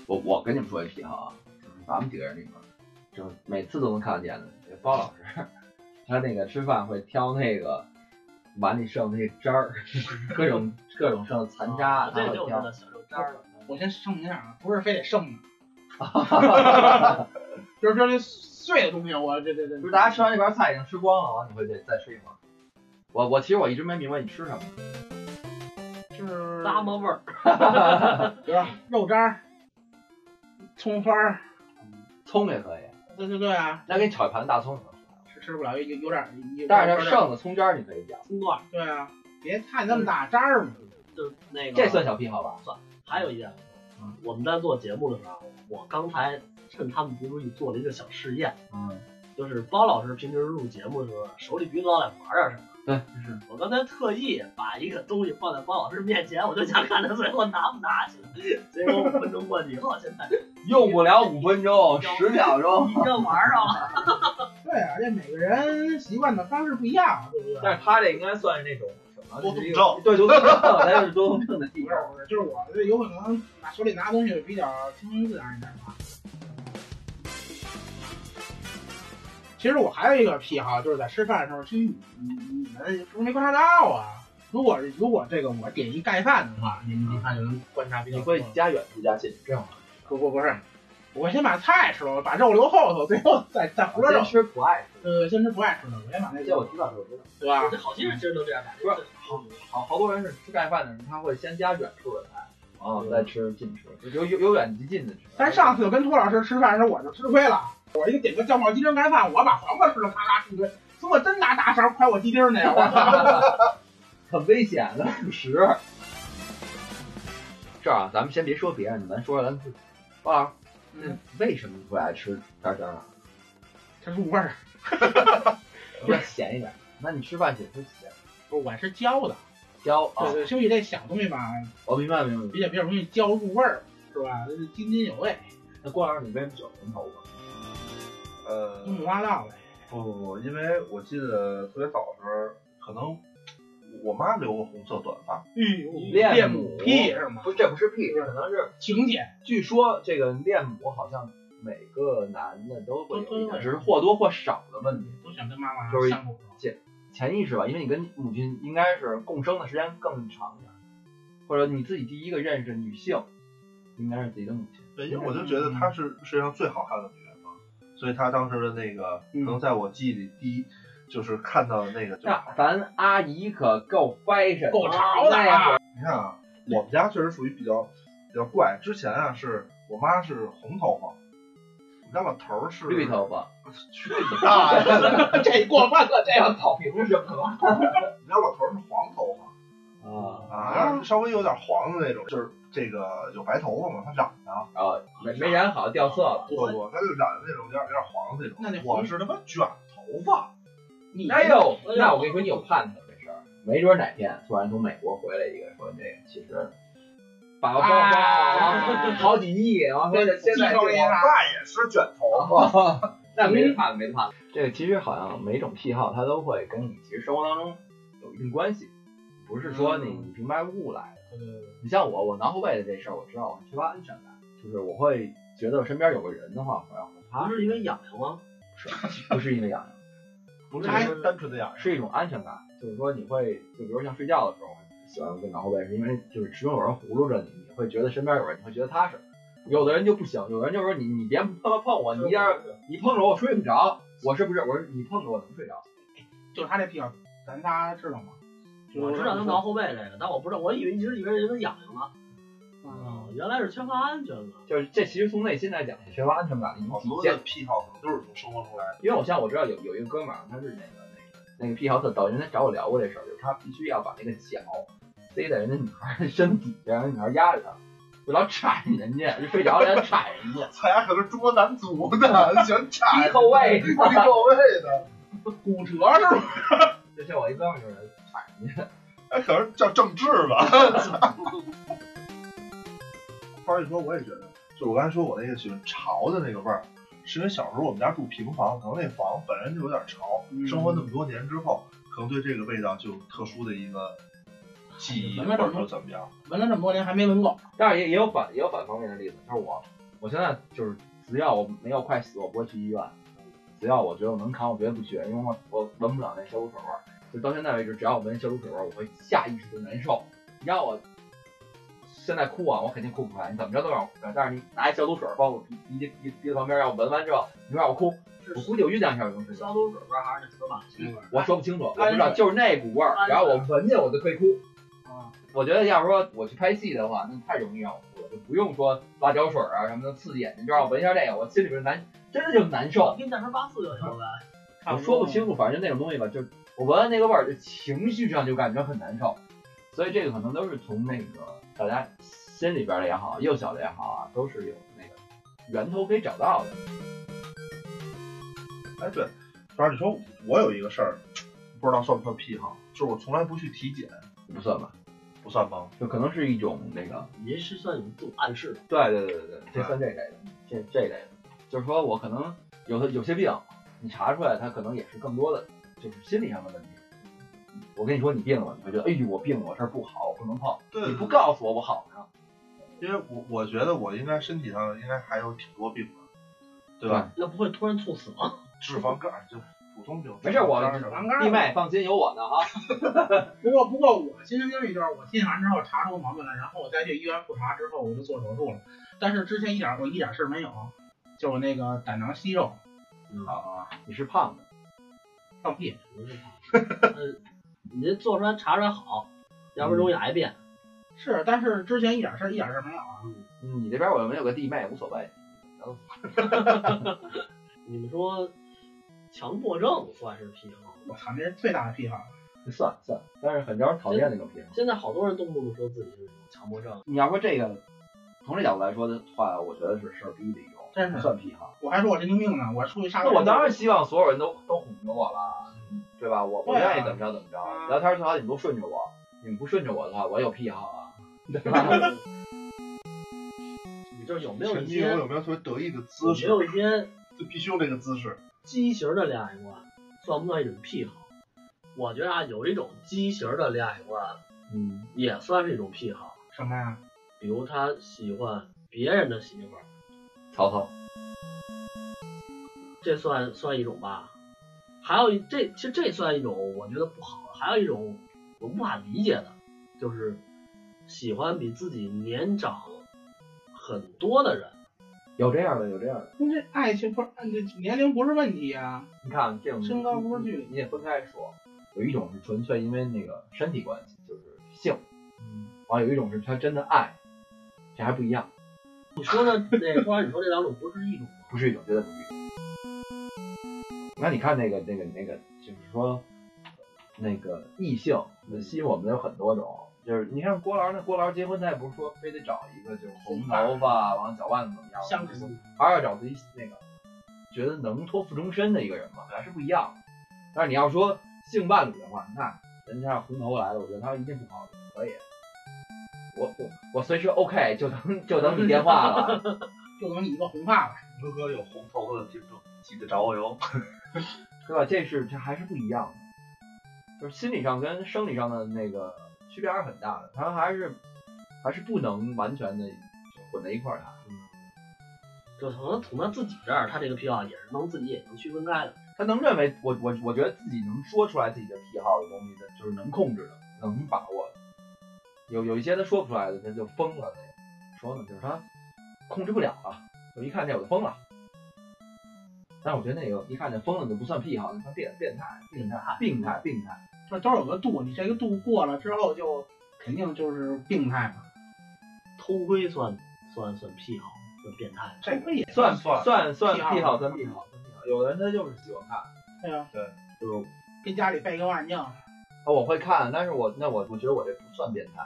Speaker 2: 我我跟你们说一批哈，啊咱们几个人里面，就每次都能看得见的，这包老师，他那个吃饭会挑那个碗里剩的那渣儿，各种各种剩的残渣，
Speaker 3: 啊
Speaker 2: 他
Speaker 3: 这
Speaker 2: 会
Speaker 3: 就
Speaker 2: 挑
Speaker 3: 是。小肉渣儿了。 (laughs)
Speaker 7: 我先声明一下啊，不是非
Speaker 2: (laughs)
Speaker 7: 得剩的，就是说这碎的东西，我这这这
Speaker 2: 就是大家吃完这盘菜已经吃光了，完你会再再吃一会儿。我我其实我一直没明白你吃什么，
Speaker 7: 就是
Speaker 3: 拉么味儿，
Speaker 7: 比如说肉渣儿、葱花儿、
Speaker 2: 葱也可以，
Speaker 7: 对对对啊，
Speaker 2: 那给你炒一盘大葱。
Speaker 7: 吃吃不了，有有点有
Speaker 2: 但是它
Speaker 7: 有点儿
Speaker 2: 剩的葱渣你可以夹，
Speaker 3: 葱段儿，
Speaker 7: 对啊，别太那么大渣儿嘛。
Speaker 3: 就是那个
Speaker 2: 这算小癖好吧？
Speaker 3: 还有一点，我们在做节目的时候，我刚才趁他们不注意做了一个小试验，
Speaker 2: 嗯，
Speaker 3: 就是包老师平时录节目的时候，手里必须老得玩点什么。
Speaker 2: 对，
Speaker 3: 是我刚才特意把一个东西放在包老师面前，我就想看他最后拿不拿起来。结果五分钟过去以后，现在
Speaker 2: 用不了五分钟，十秒钟。
Speaker 3: 已经玩上了。
Speaker 7: 对啊，这每个人习惯的方式不一样，对不对？
Speaker 2: 但是他这应该算是那种什么
Speaker 4: 多动症
Speaker 2: 就是一个对，多动症，他就是多动症的地
Speaker 7: 不是
Speaker 2: 方。
Speaker 7: 不是，就是我这有可能拿手里拿东西比较轻松自然一点吧。其实我还有一个癖好，就是在吃饭的时候听你你们是不是没观察到啊？如果如果这个我点一盖饭的话，你们一看就能观察比较
Speaker 2: 你
Speaker 7: 多
Speaker 2: 会。加远处加近，这样吗？
Speaker 7: 不不不是，我先把菜吃了，我把肉留后头，最后再再胡乱肉
Speaker 2: 先。吃不爱吃，
Speaker 7: 啊呃，先吃不爱吃的，我先把那
Speaker 2: 这我
Speaker 7: 个，
Speaker 2: 知道，这我知道。
Speaker 7: 对吧？
Speaker 3: 这好些人其实都这样打，
Speaker 2: 不是好好多人是吃盖饭的时候，他会先加远处的菜，然后哦再吃近吃，就由由由远及近的吃。
Speaker 7: 但
Speaker 2: (laughs)
Speaker 7: 上次跟托老师吃饭的时候，我就吃亏了。我一个点个酱爆鸡丁盖饭，我把黄瓜吃了，咔咔吃一堆。结果真拿大勺㧟我鸡丁去，我
Speaker 2: 很危险的主食。这儿啊，咱们先别说别人的，咱说说咱自己。包老师，
Speaker 7: 嗯
Speaker 2: 为什么不爱吃渣渣 (laughs) 啊？
Speaker 7: 这入味儿。
Speaker 2: 要咸一点。那你吃饭得吃咸
Speaker 7: 不是，我是焦的。
Speaker 2: 椒啊
Speaker 7: 对？对，所以这小东西吧，
Speaker 2: 我明白明白。
Speaker 7: 比较比较容易焦入味儿，是吧？津津有味，
Speaker 2: 那郭老师，你为什么九零头发？
Speaker 6: 呃，
Speaker 4: 嗯
Speaker 7: 五五八道呗。
Speaker 4: 不不不，因为我记得特别早的时候，可能我妈留过红色短发，
Speaker 7: 嗯
Speaker 2: 恋
Speaker 7: 恋
Speaker 2: 母
Speaker 7: 母癖是吗？
Speaker 2: 不是，这不是屁，这可能是
Speaker 7: 情节
Speaker 2: 据说这个恋母好像每个男的都会有一
Speaker 7: 都会
Speaker 2: 点，只是或多或少的问题，
Speaker 7: 都想跟妈妈
Speaker 2: 就是
Speaker 7: 相处。
Speaker 2: 潜意识吧，因为你跟母亲应该是共生的时间更长一点，或者你自己第一个认识女性，应该是自己的母亲。
Speaker 4: 对，因为我就觉得
Speaker 2: 嗯
Speaker 4: 她是世界上最好看的女人嘛，所以她当时的那个，可
Speaker 7: 嗯
Speaker 4: 能在我记忆里第一就是看到的那个，就
Speaker 2: 那咱阿姨可够 fashion，
Speaker 7: 够潮的啊！
Speaker 4: 你看啊，我们家确实属于比较比较怪。之前啊，是我妈是红头发，我们家老头儿是
Speaker 2: 绿头。 (laughs) 发，
Speaker 4: 去你大爷！
Speaker 2: (laughs)
Speaker 4: 我们
Speaker 7: 这过分了，这
Speaker 2: 这要草坪什么了？
Speaker 4: 家老头儿是黄头发
Speaker 2: 啊
Speaker 4: 啊，稍微有点黄的那种，就是这个有白头发嘛，他染的。
Speaker 2: 啊，没没染好掉色了。
Speaker 4: 不不，他就染的那种有点有点黄的那种。
Speaker 7: 那那
Speaker 4: 我是他妈卷头发，
Speaker 7: 你
Speaker 2: 哎呦，那我跟你说，你有盼头这事儿，没准哪天突然从美国回来一个说这个，其实把个包包
Speaker 7: 啊
Speaker 2: 好几亿，然后说这现在
Speaker 7: 记
Speaker 2: 这啊
Speaker 7: 住了
Speaker 2: 个
Speaker 7: 呀
Speaker 4: 我爸啊也是卷头发。
Speaker 2: (laughs) 那没得怕，没得怕。这个其实好像每种癖好，它都会跟你其实生活当中有一定关系，不是说你
Speaker 7: 嗯
Speaker 2: 你平白无故来的。你像我，我挠后背的这事儿，我知道我是缺乏安全感，就是我会觉得我身边有个人的话，我要害怕，
Speaker 3: 不是因为痒痒吗？
Speaker 2: 不是因为痒痒，
Speaker 4: 不是
Speaker 7: 哎
Speaker 4: 单纯的痒，
Speaker 2: 是一种安全感，就是说你会，就比如像睡觉的时候，喜欢跟挠后背，是因为就是始终有人葫芦着你，你会觉得身边有人，你会觉得踏实。有的人就不行，有人就说你你别碰碰我，你一下你碰着我睡不着，我是不是我是你碰着我能睡着？
Speaker 7: 就他这癖好，咱仨知道吗？就是
Speaker 3: 我知道他挠后背这个，但我不知道，我以为一直以为人家痒痒呢。
Speaker 7: 嗯，
Speaker 3: 原来是缺乏安全感。
Speaker 2: 就是这其实从内心来讲是缺乏安全感的一种
Speaker 4: 好
Speaker 2: 体
Speaker 4: 多的
Speaker 2: 现。
Speaker 4: 癖好可能都是从生活中来的。
Speaker 2: 因为我像我知道有有一个哥们儿，他是那个那个那个癖好特逗，因为他找我聊过这事儿，就是他必须要把那个脚塞在人家女孩儿的身体下，让人家女孩儿压着他，就老铲人家，就睡着了还铲人家。
Speaker 4: 他俩可能是中国男足
Speaker 2: (laughs)
Speaker 4: 的，喜欢铲
Speaker 2: 踢后卫
Speaker 4: 踢后卫的，
Speaker 7: 骨折是吧？ (laughs)
Speaker 2: 就像我一哥们儿就是铲人家，
Speaker 4: 哎，可能叫郑智 (laughs) 吧。花儿一说，我也觉得，就我刚才说我那个喜欢潮的那个味儿，是因为小时候我们家住平房，可能那房本身就有点潮，
Speaker 7: 嗯
Speaker 4: 生活那么多年之后，可能对这个味道就有特殊的一个记忆，
Speaker 7: 你闻
Speaker 4: 或
Speaker 7: 闻
Speaker 4: 者说怎么样。
Speaker 7: 闻了这么多年还没闻够，
Speaker 2: 但是也也有反也有反方面的例子，就是我我现在就是只要我没有快死，我不会去医院。只要我觉得我能扛，我绝对不去，因为我我闻不了那消毒水味儿。就到现在为止，只要我闻消毒水味儿，我会下意识的难受。你让我现在哭啊，我肯定哭不出来，你怎么着都让我哭不出来。但是你拿一消毒水儿放我鼻鼻鼻鼻鼻子旁边，让我闻完之后，你让我哭，我估计我酝酿一下就能睡
Speaker 3: 消
Speaker 2: 觉。
Speaker 4: 嗯
Speaker 3: 毒水味儿还是那死板气味儿？
Speaker 2: 我说不清楚，我不知道，就是那股味儿
Speaker 3: 哎，
Speaker 2: 然后我闻见我就可以哭。
Speaker 7: 啊，
Speaker 2: 我觉得要是说我去拍戏的话，那太容易让我哭了，就不用说辣椒水啊什么的刺激眼睛，就让我闻一下这个，我心里边难，真的就难受。
Speaker 3: 跟战神八四就行了呗。
Speaker 2: 我说不清楚，反正就那种东西吧，就我闻完那个味儿，就情绪上就感觉很难受。所以这个可能都是从那个大家心里边儿的也好，幼小的也好啊，都是有那个源头可以找到的。
Speaker 4: 哎，对，反正你说我有一个事儿，不知道算不算癖好，就是我从来不去体检，
Speaker 2: 不算吧，
Speaker 4: 不算吗？
Speaker 2: 就可能是一种那个，
Speaker 3: 您是算有一种暗示的，
Speaker 2: 对对对对对，这算这类的，这这类的，就是说我可能有的有些病，你查出来它可能也是更多的就是心理上的问题。我跟你说你病了，你就觉得哎呦我病了，我这儿不好，我不能碰。
Speaker 4: 对
Speaker 2: 你不告诉我，我好呢，
Speaker 4: 因为我我觉得我应该身体上应该还有挺多病的，对吧？
Speaker 3: 那不会突然猝死吗？
Speaker 4: 脂肪肝就普通病。
Speaker 2: 没事我
Speaker 4: 脂肪肝
Speaker 7: 栏杆儿
Speaker 2: 弟妹放心，有我呢啊。
Speaker 7: 不过不过我亲身经历就是我体检完之后查出毛病了，然后我再去医院复查之后我就做手术了，但是之前一点我一点事儿没有，就是那个胆囊息肉
Speaker 4: 嗯
Speaker 2: 啊，你是胖子，
Speaker 7: 放屁，
Speaker 3: 不是他，呃，你这做出来查出来好，要不然容易癌变。
Speaker 7: 是，但是之前一点事儿一点事儿没有啊，
Speaker 2: 你那边我又没有个弟妹，无所谓。
Speaker 3: 你们说强迫症算是癖好？
Speaker 7: 我操，那是最大的癖好。
Speaker 2: 算算，但是很招人讨厌那种病。
Speaker 3: 现在好多人动不动说自己是有强迫症，
Speaker 2: 你要说这个，从这角度来说的话，我觉得是事儿逼的一种，
Speaker 7: 真是
Speaker 2: 不算癖好。
Speaker 7: 我还说我神经病呢，我出去杀
Speaker 2: 那
Speaker 7: 人。
Speaker 2: 我当然希望所有人都都哄着我了，对吧？我我
Speaker 7: 对啊
Speaker 2: 愿意怎么着怎么着，
Speaker 7: 啊
Speaker 2: 聊天最好你们都顺着我，你们不顺着我的话，我有癖好啊。
Speaker 4: (laughs)
Speaker 3: 你这有没有
Speaker 4: 神
Speaker 3: 一
Speaker 4: 经
Speaker 3: 些
Speaker 4: 有没有特别得意的姿
Speaker 3: 有没
Speaker 4: 势？
Speaker 3: 有一些
Speaker 4: 就必须用这个姿势。
Speaker 3: 畸形的恋爱观，算不算一种癖好？我觉得啊，有一种畸形的恋爱观
Speaker 2: 嗯，
Speaker 3: 也算是一种癖好，
Speaker 7: 什么呀？
Speaker 3: 比如他喜欢别人的媳妇儿，
Speaker 2: 曹操，
Speaker 3: 这算算一种吧。还有一这其实这算一种我觉得不好，还有一种我无法理解的，就是喜欢比自己年长很多的人。
Speaker 2: 有这样的，有这样的。
Speaker 7: 那这爱情不是这年龄不是问题啊，
Speaker 2: 你看这种
Speaker 7: 身高不是
Speaker 2: 你
Speaker 7: 距离
Speaker 2: 你也分开说，有一种是纯粹因为那个身体关系，就是性，嗯，完了有一种是他真的爱，这还不一样。
Speaker 3: 你说的那花，你说这两种不是一种吗？
Speaker 2: 不是一种，绝对不是一种。那你看那个那个那个，就是说那个异性吸引我们的有很多种，就是你看郭老那郭老结婚，他也不是说非得找一个就是红头发，完了脚腕子怎么样，
Speaker 7: 像
Speaker 2: 就是是还要找自己那个觉得能托付终身的一个人嘛，还是不一样。但是你要说性伴侣的话，那人家红头来了，我觉得他一定不考虑，可以。我我我随时 OK，就等就等你电话了。
Speaker 7: 就等你一个红发吧。
Speaker 4: 如果有红头发的听众，记得找我哟。
Speaker 2: 对吧？这是这还是不一样的，就是心理上跟生理上的那个区别还是很大的，它还是还是不能完全的混在一块儿打。
Speaker 3: 就从从他自己这儿，他这个癖好也是能自己也能区分开的。
Speaker 2: 他能认为我我我觉得自己能说出来自己的癖好的东西的，就是能控制的，能把握的。有有一些他说不出来的，他就疯了那种。说呢，就是他控制不了了，我一看见我就疯了。但是我觉得那个一看见疯了就不算癖好，那算变变态、病态、病态、病态。
Speaker 7: 这都有个度，你这个度过了之后就肯定就是病态嘛。
Speaker 3: 偷窥算算算癖好，算变态。
Speaker 7: 这个也
Speaker 2: 算
Speaker 4: 算
Speaker 2: 算算
Speaker 7: 癖好
Speaker 2: 癖好，算癖好，算癖好。有的人他就是喜欢看，
Speaker 7: 对啊，
Speaker 3: 就是
Speaker 7: 跟家里备个万酱，
Speaker 2: 啊，我会看，但是我那我我觉得我这不算变态，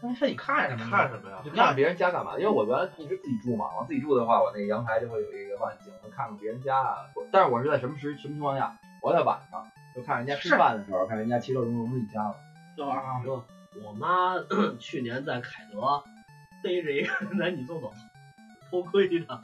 Speaker 7: 那是你看什么？
Speaker 4: 看什么呀
Speaker 2: 就？看别人家干嘛？因为我原来一直自己住嘛，我自己住的话，我那个阳台就会有一个望远镜，会看看别人家啊。我但是我是在什么时什么情况下？我在晚上就看人家吃
Speaker 7: 是
Speaker 2: 饭的时候，看人家其乐融融的一家了。
Speaker 7: 就啊，
Speaker 3: 我妈 (clears throat) 去年在凯德逮着一个男女厕所偷窥
Speaker 2: (laughs)
Speaker 3: 的，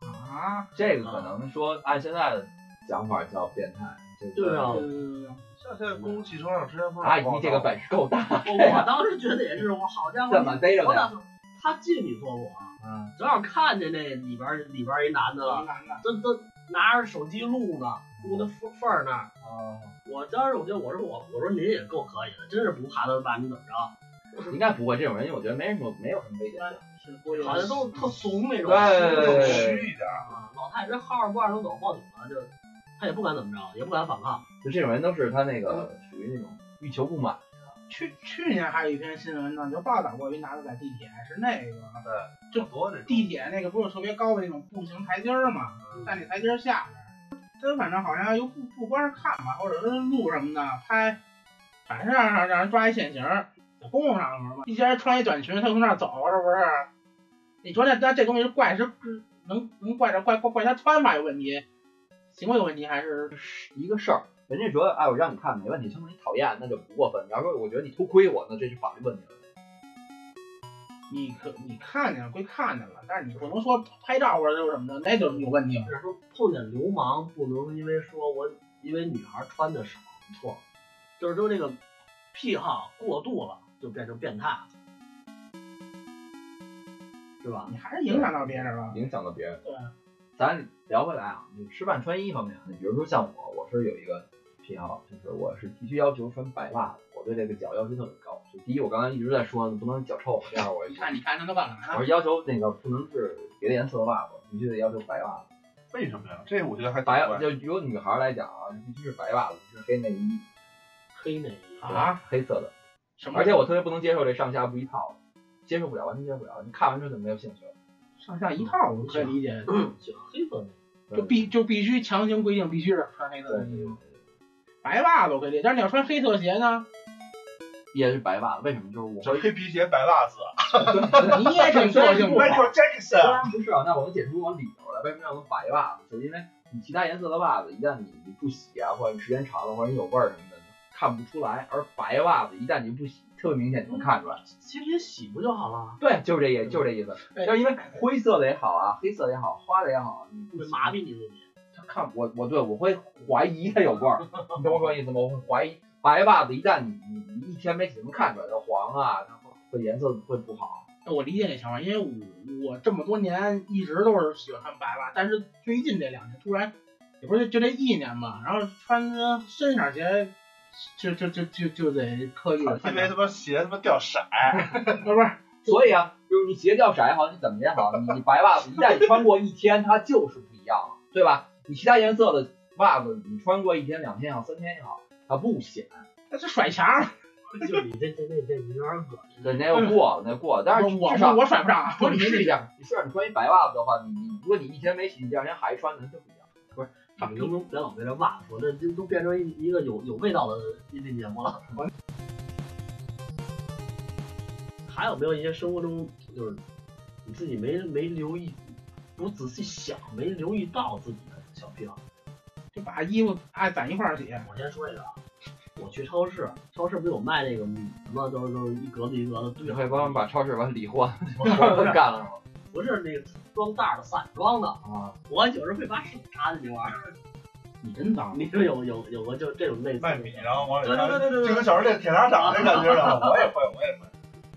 Speaker 7: 啊，
Speaker 2: 这个可能说按现在的讲法叫变态，这个
Speaker 3: 对啊
Speaker 7: 对对对对，
Speaker 4: 像现在公共汽车上之前不是
Speaker 2: 阿姨这个本事够大，
Speaker 3: 我当时觉得也是，我好家伙，
Speaker 2: 怎么逮着
Speaker 3: 我打
Speaker 2: 的？
Speaker 3: 算他进女厕所， (laughs)
Speaker 2: 嗯，
Speaker 3: 啊正好看见那里边儿里边儿一男的
Speaker 7: 一
Speaker 3: 了，
Speaker 7: 男的，
Speaker 3: 都都拿着手机录呢，录那缝缝儿那儿。
Speaker 2: 哦，
Speaker 3: 我当时我觉得我说我我说您也够可以的，真是不怕他爸你怎么着，
Speaker 2: 应该不会这种人，因为我觉得没什么没有什么危险性。
Speaker 7: 是不是
Speaker 3: 好像都是特怂那 (laughs) 种。
Speaker 4: 更
Speaker 2: 对
Speaker 4: 虚一点。
Speaker 3: 啊，老太太这号儿不按手走报警了，就他也不敢怎么着，也不敢反抗。
Speaker 2: 就这种人都是他那个属于那种欲求不满，然
Speaker 7: 去去年还有一篇新闻呢，就报道过一男的在地铁是那个
Speaker 4: 就多这种
Speaker 7: 地铁那个不是特别高的那种步行台阶儿嘛，在那台阶儿下边儿，他反正好像又不不光是看吧，或者是录什么的拍，反正让让让人抓一现行儿，在公共场合嘛，一些人穿一短裙，他从那儿走，是不是？你说那那这东西是怪是是能能怪着怪怪怪他穿法有问题，行为有问题还是
Speaker 2: 一个事儿，人家觉得哎，我让你看没问题，他说你讨厌，那就不过分。你要说我觉得你偷窥我，那这是法律问题了。
Speaker 7: 你可你看见了归看见了，但是你不能说拍照或者就是什么的，那就是有问题了。
Speaker 3: 就是说碰见流氓不能因为说我因为女孩穿的少错，就是说这个癖好过度了就变成变态了，是吧？
Speaker 7: 你还是影响到别人了。
Speaker 2: 影响到别人。
Speaker 7: 对，啊
Speaker 2: 咱聊回来啊，你吃饭穿衣方面，你比如说像我，我是有一个癖好，就是我是必须要求穿白袜子，我对这个脚要求特别高。就第一，我刚才一直在说，不能脚臭；第二，我
Speaker 7: 你看，你看他都干嘛呢？
Speaker 2: 我是要求那个不能是别的颜色的袜子，必须得要求白袜子。
Speaker 4: 为什么呀？这我觉得还挺
Speaker 2: 白
Speaker 4: 怪
Speaker 2: 就如果女孩来讲啊，必须是白袜子，必须是黑内衣
Speaker 3: 黑内衣
Speaker 7: 啊，
Speaker 2: 黑色的。
Speaker 7: 什么？
Speaker 2: 而且我特别不能接受这上下不一套，接受不了，完全接受不了。你看完之后就没有兴趣了。
Speaker 7: 上下
Speaker 2: 嗯
Speaker 7: 一套，我可以理解，
Speaker 3: 喜欢黑色内衣，
Speaker 7: 就必就必须强行规定必须是穿黑色
Speaker 2: 对
Speaker 7: 的衣服，白袜子我可以理解，但是你要穿黑色鞋呢，
Speaker 2: 也是白袜子，为什么？就是我
Speaker 4: 这
Speaker 2: 会
Speaker 4: 黑皮鞋白袜子，
Speaker 7: 你
Speaker 2: (laughs)
Speaker 7: 也挺个性
Speaker 4: 迈克
Speaker 7: 的。
Speaker 4: 尔·杰克
Speaker 2: 虽
Speaker 4: (laughs) 逊，
Speaker 2: 然不是啊，但我能解释出我理由来，为什么要用白袜子？就是因为你其他颜色的袜子，一旦你你不洗啊，或者你时间长了，或者你有味儿什么的，看不出来。而白袜子一旦你不洗，特别明显就能看出来。
Speaker 3: 其实也洗不就好了，
Speaker 2: 对，就是这意，就是这意思。
Speaker 7: 对
Speaker 2: 就是因为灰色的也好啊，黑色的也好，花的也好，你不
Speaker 3: 会
Speaker 2: 洗
Speaker 3: 麻痹你自己。
Speaker 2: 他看我，我对我会怀疑它有味 (laughs) 儿，你懂我说意思吗？我会怀疑白袜子，一旦你你你一天没洗，能看出来它黄啊，它会颜色会不好。
Speaker 7: 我理解这想法，因为我我这么多年一直都是喜欢穿白袜，但是最近这两年突然，也不是就这一年吧，然后穿着深色鞋，就就就就就得刻意的
Speaker 4: 因为他妈鞋他妈掉色，
Speaker 7: 不是不是，
Speaker 2: 所以啊，就是你鞋掉色也好，你怎么也好，你你白袜子一旦你穿过一天，它就是不一样了，对吧？你其他颜色的袜子，你穿过一天、两天也好，三天也好，它不显，
Speaker 7: 那是甩墙儿，
Speaker 3: (laughs) 就你这这这这有点恶心。
Speaker 2: 对，那又过了，那又过了。但
Speaker 7: 我
Speaker 2: 是
Speaker 7: 嗯我
Speaker 2: 至少
Speaker 7: 我甩不上，
Speaker 2: 说你试一下，你试试，你穿一白袜子的话，你你如果你一天没洗，你第二天还穿，那就不一样。
Speaker 3: 你们能不能别老为这袜子说，这这都变成一一个有有味道的音频节目了？还有没有一些生活中就是你自己没没留意，不仔细想，没留意到自己的小癖好？
Speaker 7: 就把衣服爱攒一块儿洗，
Speaker 3: 我先说一个，啊，我去超市，超市不有卖那个什么，都是都是一格子一格子对
Speaker 2: 你
Speaker 3: 着
Speaker 2: 会帮我把超市把理 (laughs) 换，我干了。
Speaker 3: 不是那个装袋儿的散装的，
Speaker 2: (laughs) 啊，
Speaker 3: 我有时候会把手插进去玩儿。
Speaker 7: 你真脏。
Speaker 3: 你说有有有过就这种类似的
Speaker 4: 卖米，然后往里
Speaker 3: 对对对
Speaker 4: 面，
Speaker 3: 对对
Speaker 4: 就
Speaker 3: 对
Speaker 4: 跟小时候练铁砂掌那感觉似
Speaker 3: (laughs)
Speaker 4: 的。我也会，我也会。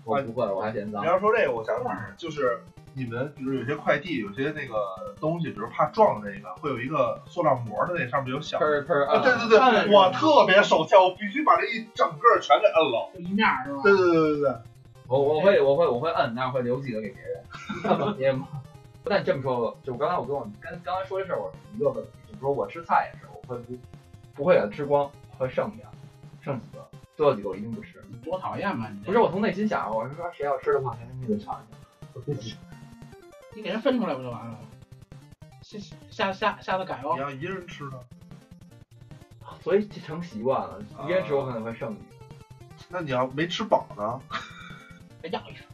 Speaker 2: 我不会，我还嫌
Speaker 4: 你
Speaker 2: 脏。
Speaker 4: 要说这个，我想起来就是你们，比如有些快递，有些那个东西，比如怕撞那个，会有一个塑料膜的，那上面有小。
Speaker 2: 喷喷
Speaker 4: 啊，对
Speaker 2: 啊！
Speaker 4: 对对，
Speaker 7: 嗯
Speaker 4: 我特别手欠，我必须把这一整个全给摁了。
Speaker 7: 就一面儿是吧？
Speaker 4: 对对对对对，
Speaker 2: 我我会我会我会摁，但是会留几个给别人。也不但这么说吧，就刚才我跟我刚刚才说这事儿，我是一个问题，就是说我吃菜也是，我会不不会给它吃光，会剩一点，剩几个，最后几个我一定不吃。
Speaker 7: 你多讨厌吧你！
Speaker 2: 不是，我从内心想，啊我是说谁要吃的话，谁那个尝一下。
Speaker 7: 你给人分出来不就完了吗？下下下下次改
Speaker 4: 你
Speaker 7: 哦。
Speaker 4: 要一人吃呢，
Speaker 2: 所以这成习惯了，一开始我可能会剩一个，
Speaker 4: 那你要没吃饱呢？
Speaker 7: 再哎要一声，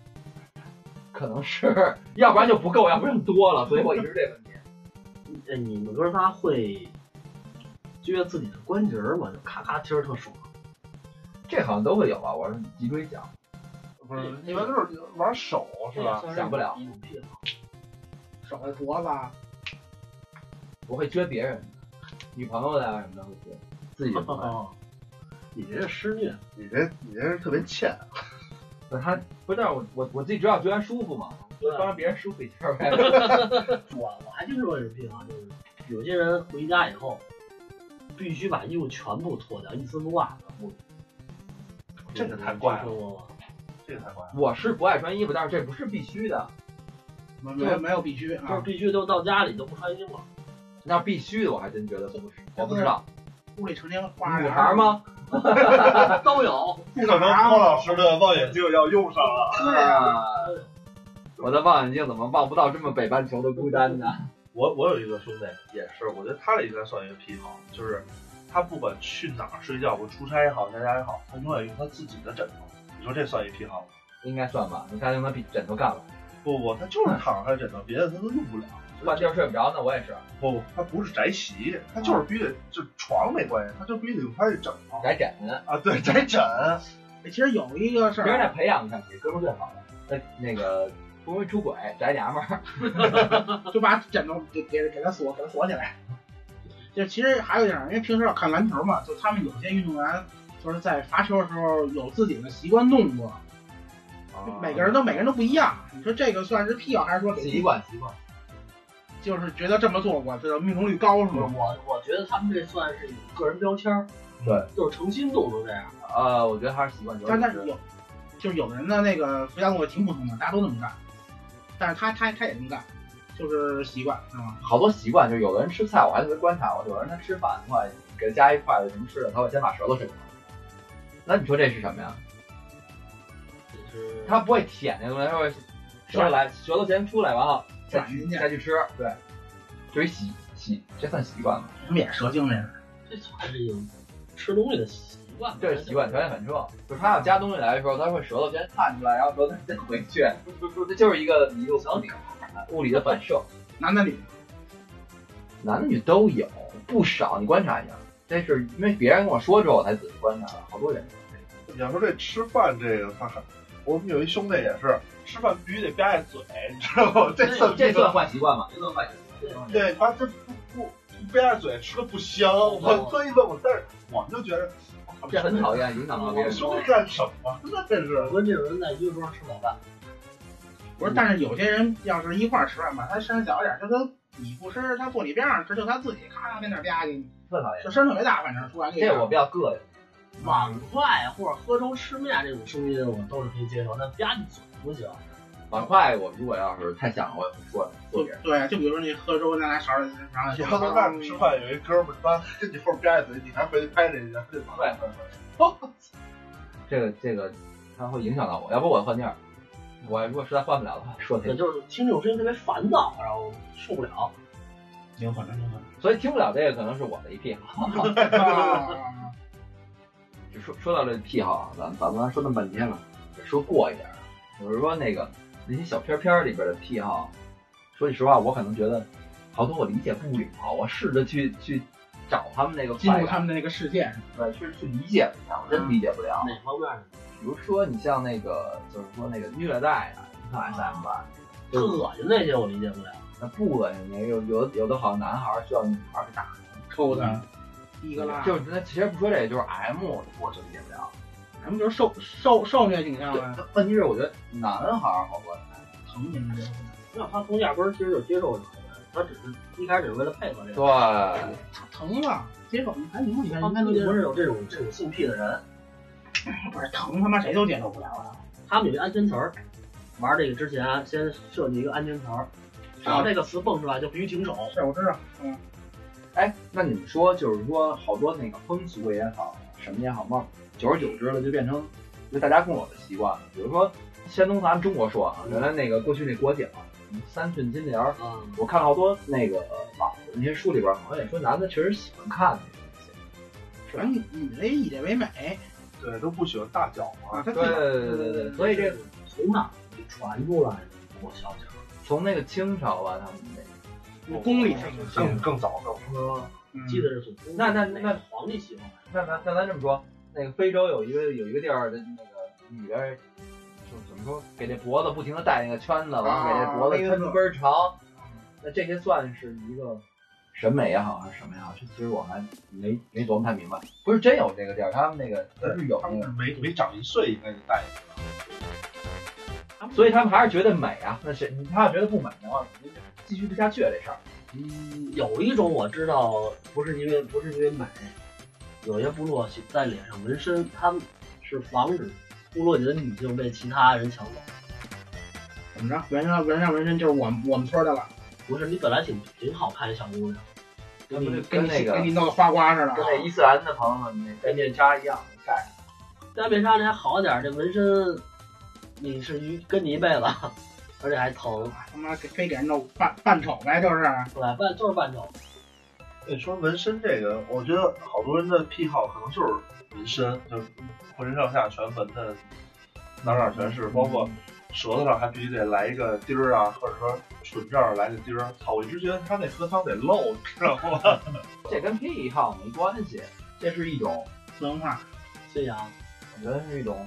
Speaker 2: 可能是，要不然就不够，要不然多了，所以我一直这问题。
Speaker 3: 呃，你们哥仨会撅自己的关节儿吗？就咔咔听着特爽。
Speaker 2: 这好像都会有吧？我是脊椎讲，
Speaker 4: 不是，一般都是玩手是吧？
Speaker 2: 想不了
Speaker 3: 一种癖好。
Speaker 7: 手脖子，啊
Speaker 2: 我会撅别人，女朋友的啊什么的会撅，自己就不会。
Speaker 3: 哦，你这是施虐，
Speaker 4: 你这你这是特别欠。
Speaker 2: 不是他不是，但是我我我自己知道撅完舒服嘛，
Speaker 3: 对
Speaker 2: 帮着别人舒服一下呗。 (laughs)
Speaker 3: 我我还听说有癖好，就是有些人回家以后必须把衣服全部脱掉，一丝不挂的。我
Speaker 4: 这个
Speaker 3: 嗯
Speaker 4: 太怪了
Speaker 3: 听
Speaker 2: 啊
Speaker 3: 说过吗？
Speaker 4: 这个太怪了。
Speaker 2: 我是不爱穿衣服，但是这不是必须的，
Speaker 7: 没没有没有必须
Speaker 3: 就是
Speaker 7: 啊。
Speaker 3: 必须都到家里就不穿衣服了。
Speaker 2: 那必须的我还真觉得不是，我不知道。
Speaker 7: 屋里成天花
Speaker 2: 女
Speaker 7: 园
Speaker 2: 孩？吗？啊
Speaker 3: 都有。
Speaker 4: 不可
Speaker 3: 啊
Speaker 4: 能郭老师的望远镜要用上了。
Speaker 7: 对啊，
Speaker 2: 我的望远镜怎么望不到这么北半球的孤单呢？
Speaker 6: 我我有一个兄弟也是，我觉得他这应该算一个癖好，就是他不管去哪儿睡觉，我出差也好，在家也好，他永远用他自己的枕头。你说这算一癖好吗？
Speaker 2: 应该算吧，你看用他比枕头干了，
Speaker 6: 不不，他就是躺着枕头，别的他都用不了。
Speaker 2: 半觉睡不着呢，我也是
Speaker 6: 不不，他不是宅席，他就是必须得，就床没关系，他就必须得用他的枕头
Speaker 2: 宅枕，
Speaker 6: 啊。对， (laughs) 宅枕，
Speaker 7: 其实有一个事
Speaker 2: 明儿再
Speaker 7: 儿，啊
Speaker 2: 培养一下，你哥们儿最好了。那那个不容易出轨，宅娘们儿，
Speaker 7: 就把枕头给给给他锁，给他锁起来。就其实还有一点儿，因为平时老看篮球嘛，就他们有些运动员就是在罚球的时候有自己的习惯动作，
Speaker 2: 哦
Speaker 7: 就每个人都每个人都不一样。你说这个算是癖好，还是说给
Speaker 2: (laughs) 习惯习惯。
Speaker 7: 就是觉得这么做我这命中率高
Speaker 2: 嗯
Speaker 7: 是吗？
Speaker 3: 我我觉得他们这算是有个人标签儿，
Speaker 2: 对，
Speaker 3: 就是成心动成这样。
Speaker 2: 呃，我觉得还是习惯主要
Speaker 7: 但但
Speaker 2: 是
Speaker 7: 是有，就是有的人的那个回家动作挺普通的，大家都这么干，但是他他他也这么干，就是习惯是吗？
Speaker 2: 好多习惯，就是有的人吃菜，我还特别观察我，有人他吃饭的话，给他夹一筷子什么吃的，他会先把舌头伸出来。那你说这是什么呀？
Speaker 3: 就是
Speaker 2: 他不会舔那个东西，他会伸出来，舌头先出来，完了再
Speaker 7: 转进去
Speaker 2: 再去吃。对，就是习习，这算习惯吗？
Speaker 7: 他们也蛇精这是。
Speaker 3: 这算是一种吃东西的习惯吧，
Speaker 2: 这是习惯，条件反射，就是他要夹东西来的时候，他会舌头先探出来，然后舌头再回 (laughs) 去，这就是一个一个物理物理的反射，
Speaker 7: 男的女的，
Speaker 2: 男的女都有，不少，你观察一下。这是因为别人跟我说之后，我才仔细观察的，好多人。
Speaker 6: 你要说这吃饭这个，他很，我们有一兄弟也是，吃饭必须得吧唧嘴，你知道吗？这算
Speaker 2: 这算坏习惯吗？这算坏习惯。
Speaker 6: 对，他这不不不吧唧嘴吃的不香，我特意问我，但是我们就觉得，我
Speaker 2: 这很讨厌，影响到别
Speaker 6: 我
Speaker 2: 人。
Speaker 6: 兄弟干什么呢？这是。
Speaker 3: 我跟这种人在一个桌上吃早饭，
Speaker 7: 我说，但是有些人要是一块儿吃饭吧，他身上小一点，就跟你不吃，他坐你边上吃，就他自己咔咔跟那儿吧唧，
Speaker 2: 特讨厌。
Speaker 7: 就声特别大，反正突然就
Speaker 2: 这我比较膈应。
Speaker 3: 碗筷或者喝粥吃面这种声音我都是可以接受，但吧唧嘴不行。
Speaker 2: 碗筷，我如果要是太响了，我也会说说别人。
Speaker 7: 对，就比如说你喝粥，咱拿勺儿，然后
Speaker 6: 你要在外面吃饭，有一哥们儿他跟你后边吧唧嘴，你还回去拍人家，这
Speaker 2: 对，这个这个，它会影响到我，要不我换地儿。我如果实在换不了的话，说
Speaker 3: 对，
Speaker 2: 他。
Speaker 3: 就是听这种声音特别烦躁，然后受不了。
Speaker 7: 灵魂了，灵魂
Speaker 2: 所以听不了这个可能是我的一癖好。
Speaker 7: 了。
Speaker 2: 就说说到这癖好啊，咱咱们说那么半天了，得说过一点儿。比如说那个那些小片片儿里边的癖好，说句实话，我可能觉得好多我理解不了，我试着去去找他们那个
Speaker 7: 进
Speaker 2: 快
Speaker 7: 入他
Speaker 2: 感，
Speaker 7: 们的那个世界，
Speaker 2: 对，去去理解一下，我真理解不了。
Speaker 3: 哪方面的？
Speaker 2: 比如说你像那个，就是说那个虐待啊，你像 SM 吧，
Speaker 3: 特
Speaker 2: 就
Speaker 3: 恶心那些我理解不了。
Speaker 2: 那不恶心，有有有的好像男孩儿需要女孩儿去打，
Speaker 7: 抽的，一个啦，
Speaker 2: 就是那其实不说这个，就是 M，我就理解不了。
Speaker 7: 咱们就是受受受虐倾向了，
Speaker 2: 对，问题是我觉得男孩儿好多
Speaker 7: 疼你们这。
Speaker 3: 那他从压根儿其实就接受这个，他只是一开始是为了配合这个。
Speaker 2: 对，
Speaker 7: 疼了，接受，你看你们你看
Speaker 3: 他
Speaker 7: 哦你看都
Speaker 3: 们并
Speaker 7: 接
Speaker 3: 不
Speaker 7: 受
Speaker 3: 是有这种这种性癖的人，
Speaker 7: 不是疼他妈谁都接受不了啊！
Speaker 3: 他们有一安全词儿，玩这个之前啊先设计一个安全词儿，只要这个词蹦出来就必须停手。
Speaker 7: 是，我知道，
Speaker 2: 哎，那你们说，就是说，好多那个风俗也好，什么也好嘛，久而久之了，就变成就大家共有的习惯了。比如说，先从咱们中国说啊，原来那个过去那国脚三寸金莲儿，
Speaker 3: 嗯，
Speaker 2: 我看了好多那个网上那些书里边，好像也说男的确实喜欢看那些东西。
Speaker 7: 反正你你这以这为美
Speaker 6: 对，都不喜欢大脚
Speaker 7: 啊，
Speaker 6: 嘛。
Speaker 7: 他
Speaker 2: 对对对，所以这
Speaker 3: 从哪儿给传出来的？我想想，
Speaker 2: 从那个清朝吧，他们那个
Speaker 7: 宫里是
Speaker 6: 更更早更
Speaker 3: 说
Speaker 7: 嗯
Speaker 3: 记得是从宫里
Speaker 2: 那那
Speaker 3: 哪个
Speaker 2: 那
Speaker 3: 皇帝喜欢的，
Speaker 2: 那咱那咱这么说，那个非洲有一个有一个地儿的那个女的，就怎么说，给这脖子不停的戴那个圈子，完了给这脖子抻得倍儿长。那这些算是一个审美也好，还是什么也好，这其实我还没没琢磨太明白。不是真有这个地儿，他们那个不是有
Speaker 6: 他
Speaker 2: 那
Speaker 6: 们
Speaker 2: 个，
Speaker 6: 是没没长一岁应该就带一
Speaker 2: 所以他们还是觉得美啊。那谁他要觉得不美的话，肯定就继续不下去了啊这事儿。
Speaker 3: 嗯，有一种我知道，不是因为不是因为美，有些部落喜在脸上纹身，他们是防止部落里的女性被其他人抢走。
Speaker 7: 怎么着？纹上纹上纹身就是我们我们村的了，
Speaker 3: 不是，你本来挺挺好看一小姑娘，
Speaker 7: 跟你
Speaker 2: 跟
Speaker 7: 你
Speaker 2: 那个
Speaker 7: 跟你弄得花瓜似的啊，
Speaker 2: 跟那伊斯兰的朋友们那戴面纱一样晒。
Speaker 3: 戴面纱那还好点儿，这纹身你是一跟你一辈子，而且还疼，
Speaker 7: 他妈给非给人弄扮扮丑呗，就是
Speaker 3: 对吧？半就是半丑，
Speaker 6: 你说纹身这个，我觉得好多人的癖好可能就是纹身，就是浑身上下全纹的，哪哪全是，包
Speaker 2: 嗯
Speaker 6: 括舌头上还必须得来一个钉儿啊，或者说唇这儿来个钉儿。操，我一直觉得他那喝汤得漏，你知道吗？ (laughs)
Speaker 2: 这跟癖好没关系，这是一种，
Speaker 7: 文化。
Speaker 3: 信仰
Speaker 2: 我觉得是一种，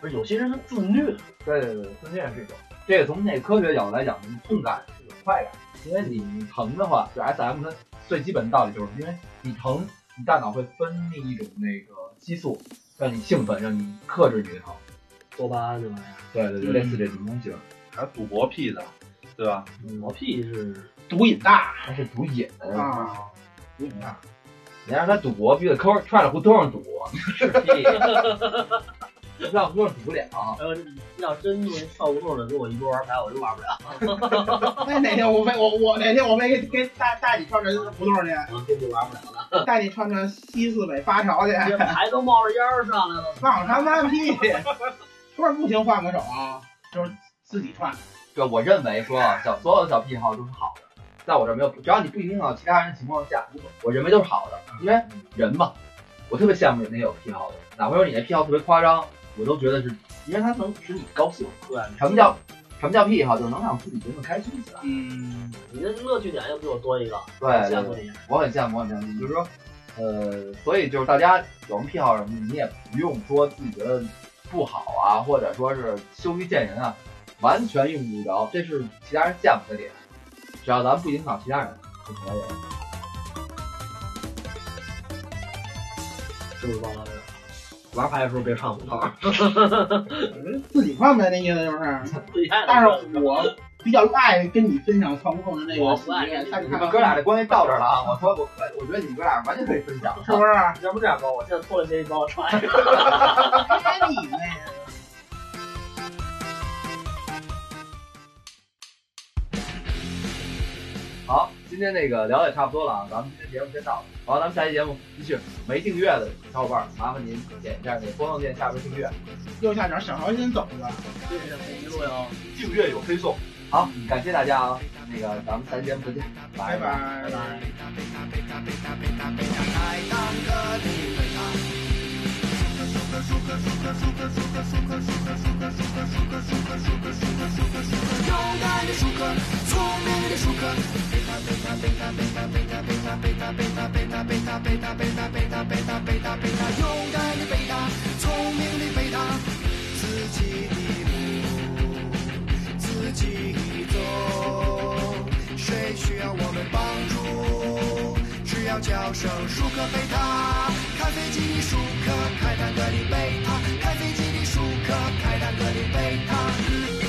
Speaker 3: 不是有些人他自虐，
Speaker 2: 对对对，自恋是一种。这个从那科学角度来讲，痛感是一种快感，因为你疼的话，就 S M 它最基本道理就是因为你疼，你大脑会分泌一种那个激素，让你兴奋，让你克制你的疼。
Speaker 3: 多巴胺这玩意儿，
Speaker 2: 对对对，
Speaker 7: 嗯
Speaker 2: 类似这种东西，
Speaker 6: 还有赌博癖的，对吧？
Speaker 2: 嗯
Speaker 3: 磨屁是
Speaker 7: 毒瘾大
Speaker 2: 它是毒瘾。
Speaker 7: 啊，毒瘾大。
Speaker 2: 你让他赌博，必须得抠揣着胡同
Speaker 3: (laughs)
Speaker 2: 上赌，是屁，让胡同上赌不了。
Speaker 3: 呃，要真弄一跳胡同的跟我一桌玩牌，我就玩不了，
Speaker 7: 那哪天我非我我哪天我非给给带带你上这胡同去，
Speaker 3: 我根本玩不了了，
Speaker 7: 带你上这西四北八条去，
Speaker 3: 这牌都冒着烟儿上来了。
Speaker 7: 放他妈屁！不是不行，换个手啊，就是自己串。
Speaker 2: 这我认为说啊，小所有的小癖好都是好的，在我这没有，只要你不影响到其他人的情况下，我认为都是好的，因为人嘛，我特别羡慕人家有癖好的，哪怕说你的癖好特别夸张，我都觉得是，因为他能使你高兴。
Speaker 3: 对，
Speaker 2: 什么叫什么叫癖好？就是能让自己觉得开心起来。
Speaker 7: 嗯，
Speaker 3: 你这乐趣点又比我多一个，
Speaker 2: 对
Speaker 3: 羡
Speaker 2: 对
Speaker 3: 慕
Speaker 2: 对，
Speaker 3: 你。
Speaker 2: 我很羡慕，我很羡慕。就是说，呃，所以就是大家有什么癖好什么，你也不用说自己觉得不好啊，或者说是羞于见人啊，完全用不着，这是其他人羡慕的点。只要咱们不影响其他人就可以了。
Speaker 3: 这么高了，玩牌的时候别上胡
Speaker 2: (laughs)
Speaker 3: 同，
Speaker 7: 自己串呗，那意思就是。
Speaker 3: 自己爱
Speaker 7: 但是我比较爱跟你分享传控的那
Speaker 3: 我
Speaker 7: 个
Speaker 3: 不爱跟你
Speaker 7: 看
Speaker 2: 你
Speaker 7: 看
Speaker 2: 们哥俩这关系到这儿了啊！我说我可，我觉得你们哥俩完全可以分享，
Speaker 7: 是不是？ (laughs)
Speaker 2: 要不这样吧，我
Speaker 3: 我现在脱了鞋，你帮我穿上。
Speaker 2: (laughs)
Speaker 7: 哎你妹！
Speaker 2: 好，今天这个聊的也差不多了啊，咱们今天节目先到这。好，咱们下期节目继续。没订阅的小伙伴儿，麻烦您点一下那播放键下边订阅。
Speaker 7: 右下角小桃心走了，
Speaker 3: 这是一路哟。
Speaker 6: 订阅有推送。
Speaker 2: 好，感谢大家啊！那个，咱们下期节目再见，拜
Speaker 7: 拜
Speaker 2: 拜。
Speaker 7: 拜。
Speaker 3: 拜拜。
Speaker 5: 自己走，谁需要我们帮助？只要叫声舒克贝塔，开飞机的舒克，开坦克的贝塔，开飞机的舒克，开坦克的贝塔。